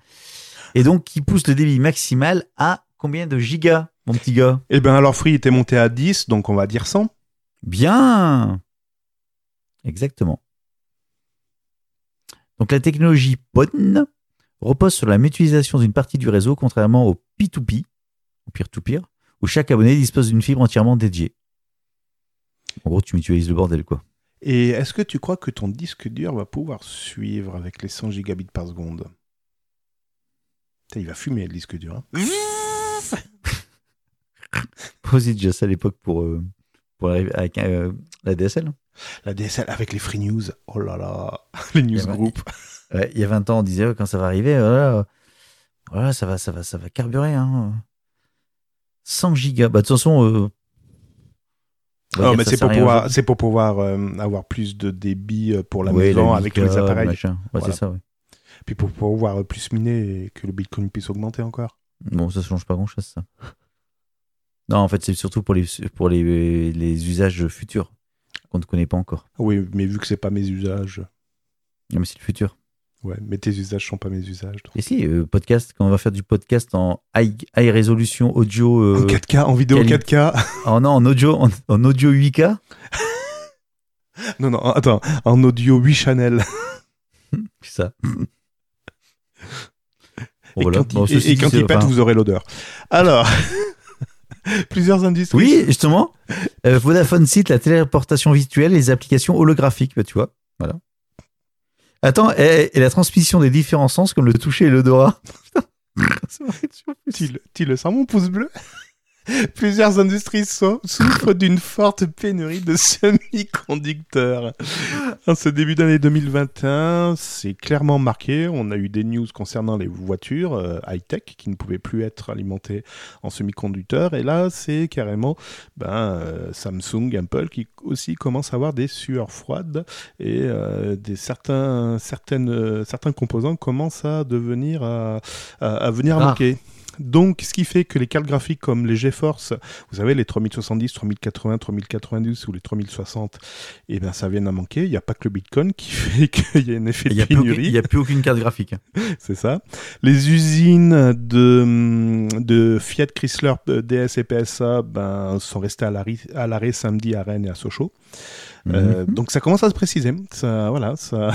[SPEAKER 3] Et donc, qui pousse le débit maximal à combien de gigas, mon petit gars
[SPEAKER 2] Eh bien, alors Free était monté à 10, donc on va dire 100.
[SPEAKER 3] Bien Exactement. Donc la technologie PON repose sur la mutualisation d'une partie du réseau, contrairement au P2P, ou peer-to-peer, où chaque abonné dispose d'une fibre entièrement dédiée. En gros, tu mutualises le bordel, quoi.
[SPEAKER 2] Et est-ce que tu crois que ton disque dur va pouvoir suivre avec les 100 gigabits par seconde Putain, Il va fumer le disque dur. hein.
[SPEAKER 3] Posez déjà ça à l'époque pour, euh, pour arriver avec euh, la DSL.
[SPEAKER 2] La DSL avec les Free News. Oh là là, les news
[SPEAKER 3] Eh ben,
[SPEAKER 2] group.
[SPEAKER 3] Ouais, il y a 20 ans, on disait ouais, quand ça va arriver, oh voilà, voilà, oh ça va, ça va, ça va carburer. hein. 100 gigas. Bah, de toute façon, euh, on va
[SPEAKER 2] Non,
[SPEAKER 3] dire
[SPEAKER 2] Ah, mais
[SPEAKER 3] ça
[SPEAKER 2] c'est
[SPEAKER 3] sert
[SPEAKER 2] pour,
[SPEAKER 3] à rien
[SPEAKER 2] pouvoir-
[SPEAKER 3] aujourd'hui.
[SPEAKER 2] c'est pour pouvoir euh, avoir plus de débit euh, pour la
[SPEAKER 3] Ouais,
[SPEAKER 2] maison
[SPEAKER 3] la
[SPEAKER 2] avec tous
[SPEAKER 3] Mika,
[SPEAKER 2] les appareils.
[SPEAKER 3] machin. Ouais,
[SPEAKER 2] Voilà.
[SPEAKER 3] c'est ça. ouais.
[SPEAKER 2] Puis pour pouvoir euh, plus miner et que le Bitcoin puisse augmenter encore.
[SPEAKER 3] Bon, ça change pas grand chose, ça. Non, en fait, c'est surtout pour les, pour les, les usages futurs qu'on ne connaît pas encore.
[SPEAKER 2] Ah Oui, mais vu que c'est pas mes usages.
[SPEAKER 3] Non, mais c'est le futur.
[SPEAKER 2] Ouais, mais tes usages sont pas mes usages. donc.
[SPEAKER 3] Et si, euh, podcast, quand on va faire du podcast en high, high résolution audio. euh,
[SPEAKER 2] en 4K, en vidéo
[SPEAKER 3] quel-
[SPEAKER 2] 4K.
[SPEAKER 3] en, non, en audio, en, en audio 8K.
[SPEAKER 2] non, non, attends, en audio 8 channels.
[SPEAKER 3] C'est ça.
[SPEAKER 2] Et
[SPEAKER 3] Voilà.
[SPEAKER 2] quand,
[SPEAKER 3] Bon,
[SPEAKER 2] il, et-
[SPEAKER 3] ceci
[SPEAKER 2] et
[SPEAKER 3] dit,
[SPEAKER 2] quand
[SPEAKER 3] c'est-
[SPEAKER 2] il pète,
[SPEAKER 3] enfin,
[SPEAKER 2] vous aurez l'odeur. Alors, plusieurs industries.
[SPEAKER 3] Oui, justement. Euh, Vodafone cite la téléportation virtuelle et les applications holographiques, bah, tu vois. Voilà. Attends, et, et la transmission des différents sens comme le toucher et l'odorat. Putain. C'est vrai, tu vois.
[SPEAKER 2] Tu, le- tu le sens, mon pouce bleu Plusieurs industries so- souffrent d'une forte pénurie de semi-conducteurs. En ce début d'année 2021, c'est clairement marqué. On a eu des news concernant les voitures euh, high-tech qui ne pouvaient plus être alimentées en semi-conducteurs. Et là, c'est carrément ben, euh, Samsung, Apple qui aussi commencent à avoir des sueurs froides et euh, des certains, certaines, euh, certains composants commencent à devenir à, à- à venir
[SPEAKER 3] Rares.
[SPEAKER 2] manquer. Donc, ce qui fait que les cartes graphiques comme les GeForce, vous savez, les 3070, 3080, 3090 ou les 3060, eh ben, ça vient à manquer. Il n'y a pas que le Bitcoin qui fait qu'il y a un effet
[SPEAKER 3] Il
[SPEAKER 2] de
[SPEAKER 3] n'y a, plus aucune-
[SPEAKER 2] pénurie.
[SPEAKER 3] il y a plus aucune carte graphique.
[SPEAKER 2] C'est ça. Les usines de, hum, de Fiat Chrysler, euh, DS et PSA ben, sont restées à l'arrêt à l'arrêt samedi à Rennes et à Sochaux.
[SPEAKER 3] Mhm.
[SPEAKER 2] Euh, donc ça commence à se préciser. Ça, voilà, ça...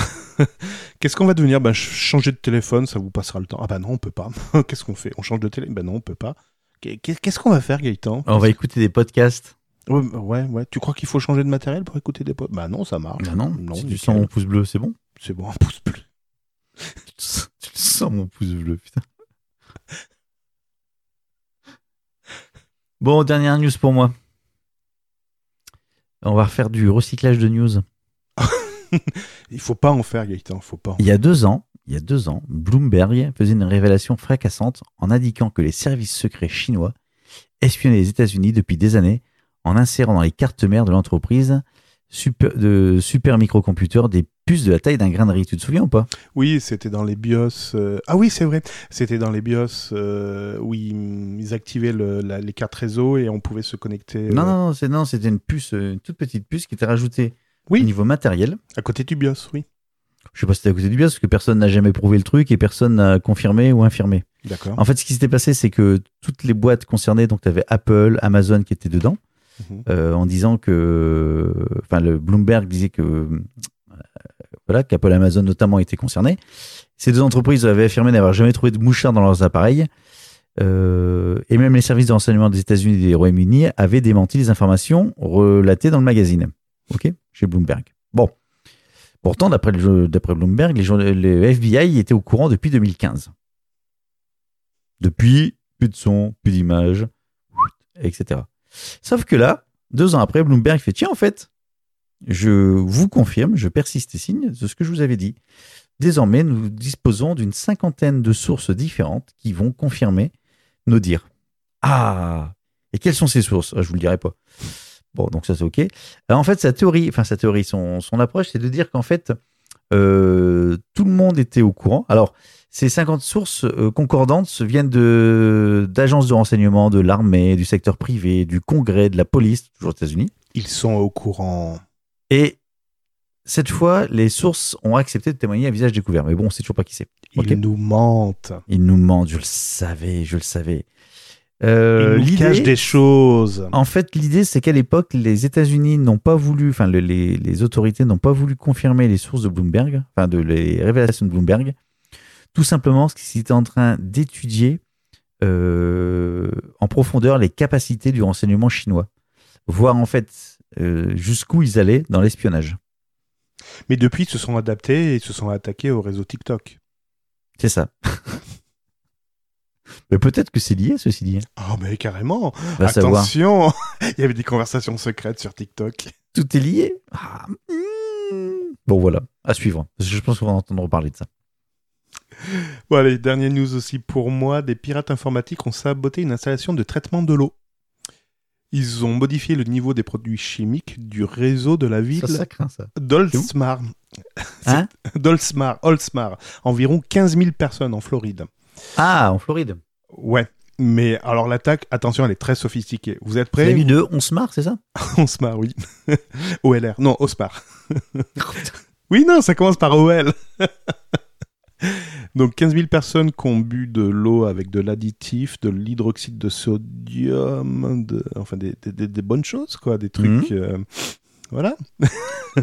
[SPEAKER 2] Qu'est-ce qu'on va devenir ben, ch- Changer de téléphone, ça vous passera le temps. Ah ben non, on peut pas. Qu'est-ce qu'on fait On change de téléphone Ben non, on peut pas. Qu'est- Qu'est-ce qu'on va faire, Gaëtan
[SPEAKER 3] On va écouter des podcasts.
[SPEAKER 2] ouais, ouais, ouais. Tu crois qu'il faut changer de matériel pour écouter des potes Ben non, ça marche.
[SPEAKER 3] Ah non,
[SPEAKER 2] non,
[SPEAKER 3] si tu
[SPEAKER 2] nickel.
[SPEAKER 3] sens mon pouce bleu, c'est bon.
[SPEAKER 2] C'est bon, on pousse plus.
[SPEAKER 3] Tu le sens- tu le sens mon pouce bleu, putain. Bon, dernière news pour moi. On va refaire du recyclage de news.
[SPEAKER 2] Il faut pas en faire, Gaëtan. Faut pas. en-
[SPEAKER 3] Il y a deux ans, il y a deux ans, Bloomberg faisait une révélation fracassante en indiquant que les services secrets chinois espionnaient les États-Unis depuis des années en insérant dans les cartes mères de l'entreprise super, de super microcomputers des puce de la taille d'un grain de riz. Tu te souviens ou pas
[SPEAKER 2] Oui, c'était dans les BIOS. euh, Ah oui, c'est vrai. C'était dans les BIOS euh, où ils, ils activaient le- la- les cartes réseau et on pouvait se connecter euh,
[SPEAKER 3] Non, non, non, c'est- non, c'était une puce, euh, une toute petite puce qui était rajoutée
[SPEAKER 2] Oui.
[SPEAKER 3] au niveau matériel.
[SPEAKER 2] euh, à côté du BIOS, oui.
[SPEAKER 3] Je sais pas si c'était à côté du bien, parce que personne n'a jamais prouvé le truc et personne n'a confirmé ou infirmé.
[SPEAKER 2] D'accord.
[SPEAKER 3] En fait, ce qui s'était passé, c'est que toutes les boîtes concernées, donc tu avais Apple, Amazon qui étaient dedans,
[SPEAKER 2] Mhm.
[SPEAKER 3] euh, en disant que. Enfin, le Bloomberg disait que. euh, voilà, qu'Apple et Amazon notamment étaient concernés. Ces deux entreprises avaient affirmé n'avoir jamais trouvé de mouchard dans leurs appareils. Euh, et même les services de renseignement des États-Unis et des Royaumes-Unis avaient démenti les informations relatées dans le magazine. OK Chez Bloomberg. Bon. Pourtant, d'après le- d'après Bloomberg, les, journa- le FBI était au courant depuis 2015 depuis, plus de son, plus d'image, etc. Sauf que là, deux ans après, Bloomberg fait tiens, en fait, je vous confirme, je persiste et signe de ce que je vous avais dit. Désormais, nous disposons d'une cinquantaine de sources différentes qui vont confirmer nos dires. Ah Et quelles sont ces sources Ah, Je vous le dirai pas. Bon, donc ça c'est OK. Alors, en fait, sa théorie, enfin sa théorie, son, son approche, c'est de dire qu'en fait, euh, tout le monde était au courant. Alors, ces 50 sources euh, concordantes se viennent de d'agences de renseignement, de l'armée, du secteur privé, du Congrès, de la police, toujours aux États-Unis.
[SPEAKER 2] Ils sont au courant.
[SPEAKER 3] Et cette fois, les sources ont accepté de témoigner à visage découvert. Mais bon, on sait toujours pas qui c'est.
[SPEAKER 2] Ils
[SPEAKER 3] Ok.
[SPEAKER 2] nous mentent.
[SPEAKER 3] Ils nous mentent, je le savais, je le savais. Euh,
[SPEAKER 2] Ils nous
[SPEAKER 3] l'idée-
[SPEAKER 2] cachent des choses.
[SPEAKER 3] en fait, l'idée, c'est qu'à l'époque, les États-Unis n'ont pas voulu, enfin, le- les, les autorités n'ont pas voulu confirmer les sources de Bloomberg, enfin, de les révélations de Bloomberg, tout simplement parce qu'ils étaient en train d'étudier euh, en profondeur les capacités du renseignement chinois, voir en fait euh, jusqu'où ils allaient dans l'espionnage.
[SPEAKER 2] Mais depuis, ils se sont adaptés et ils se sont attaqués au réseau TikTok.
[SPEAKER 3] C'est ça. Mais peut-être que c'est lié, ceci dit. hein.
[SPEAKER 2] Oh, mais carrément.
[SPEAKER 3] Ah, Va savoir.
[SPEAKER 2] Attention, il y avait des conversations secrètes sur TikTok.
[SPEAKER 3] tout est lié. Ah, mm. Bon, voilà, à suivre. Parce que Je pense qu'on va entendre parler de ça.
[SPEAKER 2] Bon, allez, dernière news aussi pour moi. Des pirates informatiques ont saboté une installation de traitement de l'eau. Ils ont modifié le niveau des produits chimiques du réseau de la
[SPEAKER 3] Ça,
[SPEAKER 2] ville
[SPEAKER 3] ça craint, ça.
[SPEAKER 2] d'Oldsmar.
[SPEAKER 3] Hein
[SPEAKER 2] D'Oldsmar, Oldsmar. Environ 15 000 personnes en Floride.
[SPEAKER 3] Ah, en Floride.
[SPEAKER 2] Ouais. Mais alors l'attaque, attention, elle est très sophistiquée. Vous êtes
[SPEAKER 3] Vous avez
[SPEAKER 2] prêts
[SPEAKER 3] vu de 11 mars, c'est ça
[SPEAKER 2] Osmar, oui. OLR. Non, Osmar. oui, non, ça commence par OL. Donc 15 000 personnes qui ont bu de l'eau avec de l'additif, de l'hydroxyde de sodium, de, enfin des, des- des- des bonnes choses, quoi, des trucs... euh, voilà,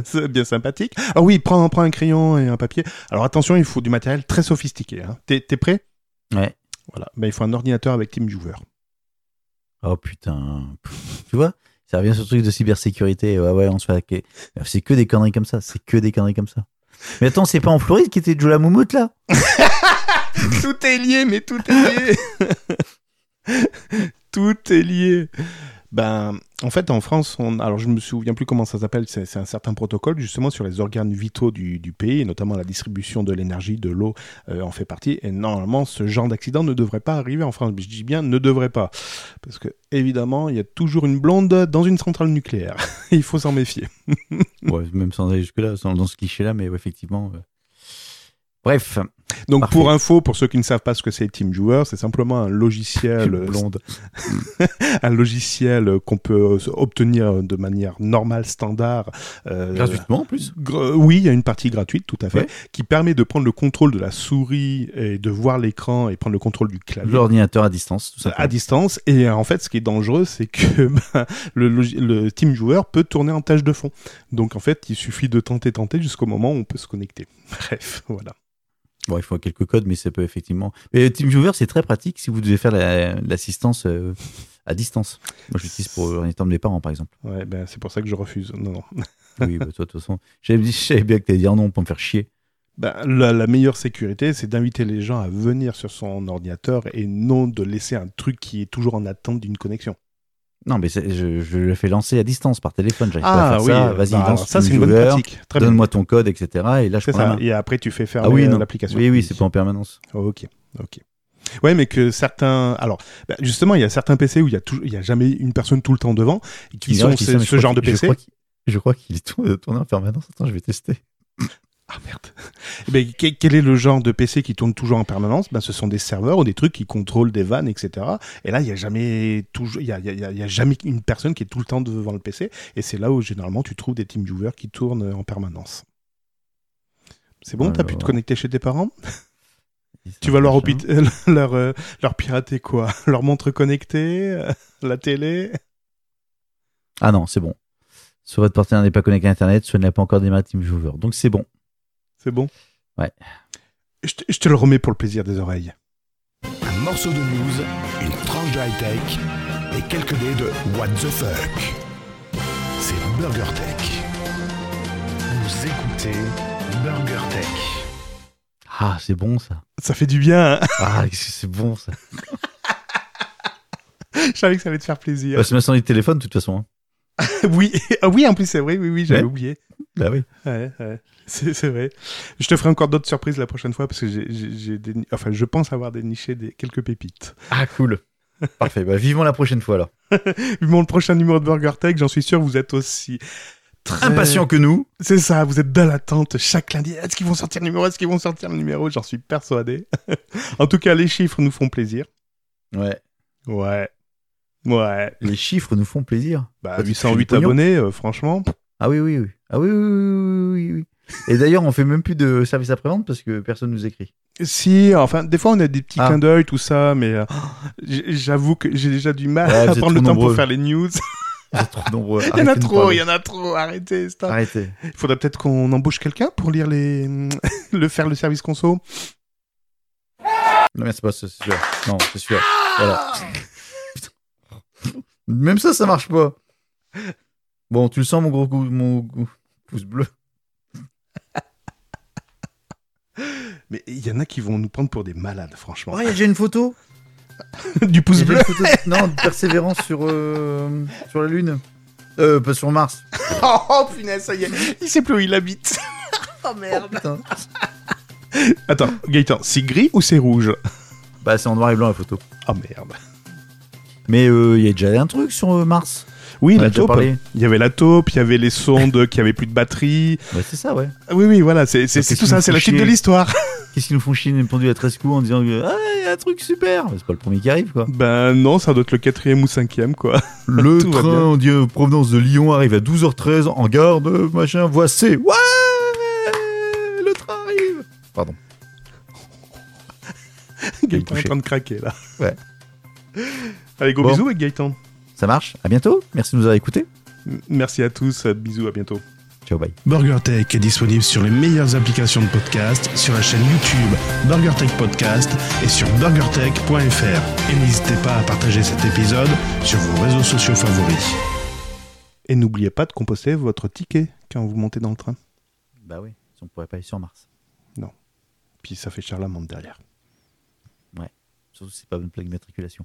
[SPEAKER 2] c'est bien sympathique. Ah oui, prends, prends un crayon et un papier. Alors attention, il faut du matériel très sophistiqué. hein. T'es t'es prêt
[SPEAKER 3] Ouais.
[SPEAKER 2] Voilà, ben, il faut un ordinateur avec TeamViewer.
[SPEAKER 3] Oh putain. Pff, Tu vois Ça revient sur le truc de cybersécurité. Ouais, ouais, on se fait hacker. Euh, C'est que des conneries comme ça. C'est que des conneries comme ça. Mais attends, c'est pas en Floride qui était Joe la moumoute, là
[SPEAKER 2] tout est lié, mais tout est lié. tout est lié. Ben, en fait, en France, on, alors je me souviens plus comment ça s'appelle, c'est c'est un certain protocole justement sur les organes vitaux du, du pays, et notamment la distribution de l'énergie, de l'eau euh, en fait partie. Et normalement, ce genre d'accident ne devrait pas arriver en France. Mais Je dis bien ne devrait pas, parce que évidemment, il y a toujours une blonde dans une centrale nucléaire. il faut s'en méfier.
[SPEAKER 3] Ouais, même sans aller jusque-là, sans- dans ce cliché-là, mais ouais, effectivement. euh. Bref,
[SPEAKER 2] Donc,
[SPEAKER 3] Parfait.
[SPEAKER 2] pour info, pour ceux qui ne savent pas ce que c'est TeamViewer, c'est simplement un logiciel euh,
[SPEAKER 3] blonde.
[SPEAKER 2] un logiciel euh, qu'on peut euh, obtenir de manière normale, standard. euh,
[SPEAKER 3] Gratuitement, en plus.
[SPEAKER 2] gr- oui, il y a une partie gratuite, tout à fait,
[SPEAKER 3] Ouais.
[SPEAKER 2] qui permet de prendre le contrôle de la souris et de voir l'écran et prendre le contrôle du clavier
[SPEAKER 3] L'ordinateur à distance, tout ça.
[SPEAKER 2] à distance. Et euh, en fait, ce qui est dangereux, c'est que bah, le, logi- le team joueur peut tourner en tâche de fond. Donc en fait, il suffit de tenter, tenter jusqu'au moment où on peut se connecter. Bref, voilà.
[SPEAKER 3] Bon, il faut quelques codes, mais ça peut effectivement. Mais TeamViewer, c'est très pratique si vous devez faire la- l'assistance euh, à distance. Moi, je l'utilise pour l'ordinateur de mes parents, par exemple.
[SPEAKER 2] Ouais, ben, c'est pour ça que je refuse. Non, non.
[SPEAKER 3] Oui, bah, toi, de toute façon, j'avais dit- je savais bien que t'allais dire non pour me faire chier.
[SPEAKER 2] Ben, la, la meilleure sécurité, c'est d'inviter les gens à venir sur son ordinateur et non de laisser un truc qui est toujours en attente d'une connexion.
[SPEAKER 3] Non, mais c'est- je, je le fais lancer à distance par téléphone. J'arrive pas à faire
[SPEAKER 2] Ben,
[SPEAKER 3] Ah, ça. Vas-y,
[SPEAKER 2] alors,
[SPEAKER 3] lance
[SPEAKER 2] ça c'est une bonne
[SPEAKER 3] TeamViewer,
[SPEAKER 2] pratique. Très bien.
[SPEAKER 3] Donne-moi ton code, etc. Et là, je
[SPEAKER 2] C'est
[SPEAKER 3] prends la
[SPEAKER 2] ça.
[SPEAKER 3] main.
[SPEAKER 2] Et après, tu fais fermer euh,
[SPEAKER 3] Ah oui, non.
[SPEAKER 2] l'application. Oh,
[SPEAKER 3] Oui, oui, c'est pas en permanence.
[SPEAKER 2] Ok, ok. Ouais, mais que certains. Alors, ben, justement, il y a certains PC où il y a tou- il y a jamais une personne tout le temps devant. Qui
[SPEAKER 3] me diras
[SPEAKER 2] sont
[SPEAKER 3] qui
[SPEAKER 2] ce-
[SPEAKER 3] mais je
[SPEAKER 2] ce
[SPEAKER 3] crois
[SPEAKER 2] genre de
[SPEAKER 3] qu'il- je
[SPEAKER 2] PC
[SPEAKER 3] crois qu'il- Je crois qu'il est tourné en permanence. Attends, je vais tester.
[SPEAKER 2] Ah merde. Eh ben, que- quel est le genre de PC qui tourne toujours en permanence ben, Ce sont des serveurs ou des trucs qui contrôlent des vannes, etc. Et là, il n'y a, jamais toujours- il y a, il y a- il y a- il y a jamais une personne qui est tout le temps devant le PC. Et c'est là où généralement tu trouves des TeamViewer qui tournent euh, en permanence. C'est bon, t'as pu te
[SPEAKER 3] Alors. Ah,
[SPEAKER 2] connecter chez tes parents Tu vas leur,
[SPEAKER 3] hôpital
[SPEAKER 2] opi- leur, euh, leur pirater quoi Leur montre connectée euh, La télé
[SPEAKER 3] Ah non, c'est bon. Soit votre partenaire n'est pas connecté à Internet, soit il n'a pas encore démarré TeamViewer. Donc c'est bon.
[SPEAKER 2] C'est bon
[SPEAKER 3] Ouais.
[SPEAKER 2] Je te- je te le remets pour le plaisir des oreilles.
[SPEAKER 1] Un morceau de news, une tranche de high-tech et quelques dés de what the fuck. C'est Burger Tech. Vous écoutez Burger Tech.
[SPEAKER 3] Ah, c'est bon ça.
[SPEAKER 2] Ça fait du bien. hein
[SPEAKER 3] Ah, qu'est-ce que c'est bon ça.
[SPEAKER 2] Je savais que ça allait te faire plaisir.
[SPEAKER 3] Bah, c'est ma sonnerie de téléphone, de toute façon. hein.
[SPEAKER 2] oui, ah oui, en plus c'est vrai. Oui, oui, j'avais
[SPEAKER 3] Ouais.
[SPEAKER 2] oublié.
[SPEAKER 3] Bah oui.
[SPEAKER 2] Ouais, ouais. C'est c'est vrai. Je te ferai encore d'autres surprises la prochaine fois parce que j'ai- j'ai j'ai déni- enfin, je pense avoir déniché des quelques pépites.
[SPEAKER 3] Ah, cool. Parfait. Bah, vivement la prochaine fois alors.
[SPEAKER 2] Mon le prochain numéro de Burger Tech, j'en suis sûr, vous êtes aussi très Euh,
[SPEAKER 5] Impatient que nous.
[SPEAKER 2] C'est ça, vous êtes dans l'attente chaque lundi. Est-ce qu'ils vont sortir le numéro Est-ce qu'ils vont sortir le numéro J'en suis persuadé. en tout cas, les chiffres nous font plaisir.
[SPEAKER 3] Ouais.
[SPEAKER 2] Ouais. Ouais.
[SPEAKER 3] Les chiffres nous font plaisir.
[SPEAKER 2] Bah,
[SPEAKER 3] Parce que
[SPEAKER 2] 808
[SPEAKER 3] c'est du pognon.
[SPEAKER 2] abonnés, euh, franchement.
[SPEAKER 3] Ah oui, oui, oui. Ah oui, oui, oui, oui, oui, oui. Et d'ailleurs, on fait même plus de service après-vente parce que personne nous écrit.
[SPEAKER 2] Si, enfin, des fois on a des petits
[SPEAKER 3] Ah.
[SPEAKER 2] clins d'œil, tout ça, mais euh, j- j'avoue que j'ai déjà du mal
[SPEAKER 3] Ouais, vous
[SPEAKER 2] à
[SPEAKER 3] êtes
[SPEAKER 2] prendre le
[SPEAKER 3] trop
[SPEAKER 2] temps
[SPEAKER 3] nombreux.
[SPEAKER 2] pour faire les news.
[SPEAKER 3] Vous êtes trop nombreux.
[SPEAKER 2] il y en a trop, il y en a trop, arrêtez, stop.
[SPEAKER 3] Arrêtez.
[SPEAKER 2] Il faudrait peut-être qu'on embauche quelqu'un pour lire les. le faire le service conso.
[SPEAKER 3] Non, mais c'est pas ça, c'est sûr. Non, c'est sûr. Voilà. Putain. Même ça, ça marche pas. Bon, tu le sens, mon gros cou- mon cou- pouce bleu.
[SPEAKER 2] Mais il y en a qui vont nous prendre pour des malades, franchement.
[SPEAKER 3] Oh, il y a déjà une photo.
[SPEAKER 2] du
[SPEAKER 3] Il y
[SPEAKER 2] pouce
[SPEAKER 3] a
[SPEAKER 2] bleu.
[SPEAKER 3] déjà une photo de- non, de persévérance sur, euh, sur la Lune. Euh, pas sur Mars.
[SPEAKER 2] Oh, oh punaise, ça y est, il sait plus où il habite.
[SPEAKER 3] Oh, Putain.
[SPEAKER 2] Attends, Gaëtan, c'est gris ou c'est rouge
[SPEAKER 3] Bah, c'est en noir et blanc la photo.
[SPEAKER 2] Oh merde.
[SPEAKER 3] Mais euh, il y a déjà un truc sur euh, Mars.
[SPEAKER 2] Oui,
[SPEAKER 3] On a
[SPEAKER 2] la
[SPEAKER 3] déjà
[SPEAKER 2] taupe.
[SPEAKER 3] parlé.
[SPEAKER 2] Il y avait la taupe, il y avait les sondes qui avaient plus de batterie.
[SPEAKER 3] Ouais, c'est ça, ouais.
[SPEAKER 2] Ah Oui, oui, voilà, c'est c'est-
[SPEAKER 3] Donc,
[SPEAKER 2] c'est
[SPEAKER 3] qu'est-ce
[SPEAKER 2] tout
[SPEAKER 3] qu'ils
[SPEAKER 2] ça,
[SPEAKER 3] nous
[SPEAKER 2] c'est
[SPEAKER 3] font
[SPEAKER 2] la suite
[SPEAKER 3] chier
[SPEAKER 2] de l'histoire.
[SPEAKER 3] Qu'est-ce qu'ils nous font chier une pendule à 13 coups en disant que, Ah, il y a un truc super Mais C'est pas le premier qui arrive, quoi.
[SPEAKER 2] Ben non, ça doit être le quatrième ou cinquième, quoi.
[SPEAKER 3] Le
[SPEAKER 2] Tout va
[SPEAKER 3] train
[SPEAKER 2] bien.
[SPEAKER 3] en di- en provenance de Lyon arrive à 12h13 en gare de machin, voie C. Ouais Le train arrive
[SPEAKER 2] Gaëtan est en
[SPEAKER 3] coucher.
[SPEAKER 2] train de craquer, là.
[SPEAKER 3] Ouais.
[SPEAKER 2] Allez, gros
[SPEAKER 3] Bon.
[SPEAKER 2] bisous avec Gaëtan.
[SPEAKER 3] Ça marche À bientôt. Merci de nous avoir écoutés.
[SPEAKER 2] M- Merci à tous, euh, bisous, à bientôt.
[SPEAKER 3] Ciao, bye.
[SPEAKER 1] BurgerTech est disponible sur les meilleures applications de podcast, sur la chaîne YouTube BurgerTech Podcast et sur burgertech.fr. Et n'hésitez pas à partager cet épisode sur vos réseaux sociaux favoris.
[SPEAKER 2] Et n'oubliez pas de composter votre ticket quand vous montez dans le train.
[SPEAKER 3] Bah oui, on pourrait pas aller sur Mars.
[SPEAKER 2] Puis ça fait cher la montre derrière.
[SPEAKER 3] Surtout, c'est pas une plaque d'immatriculation.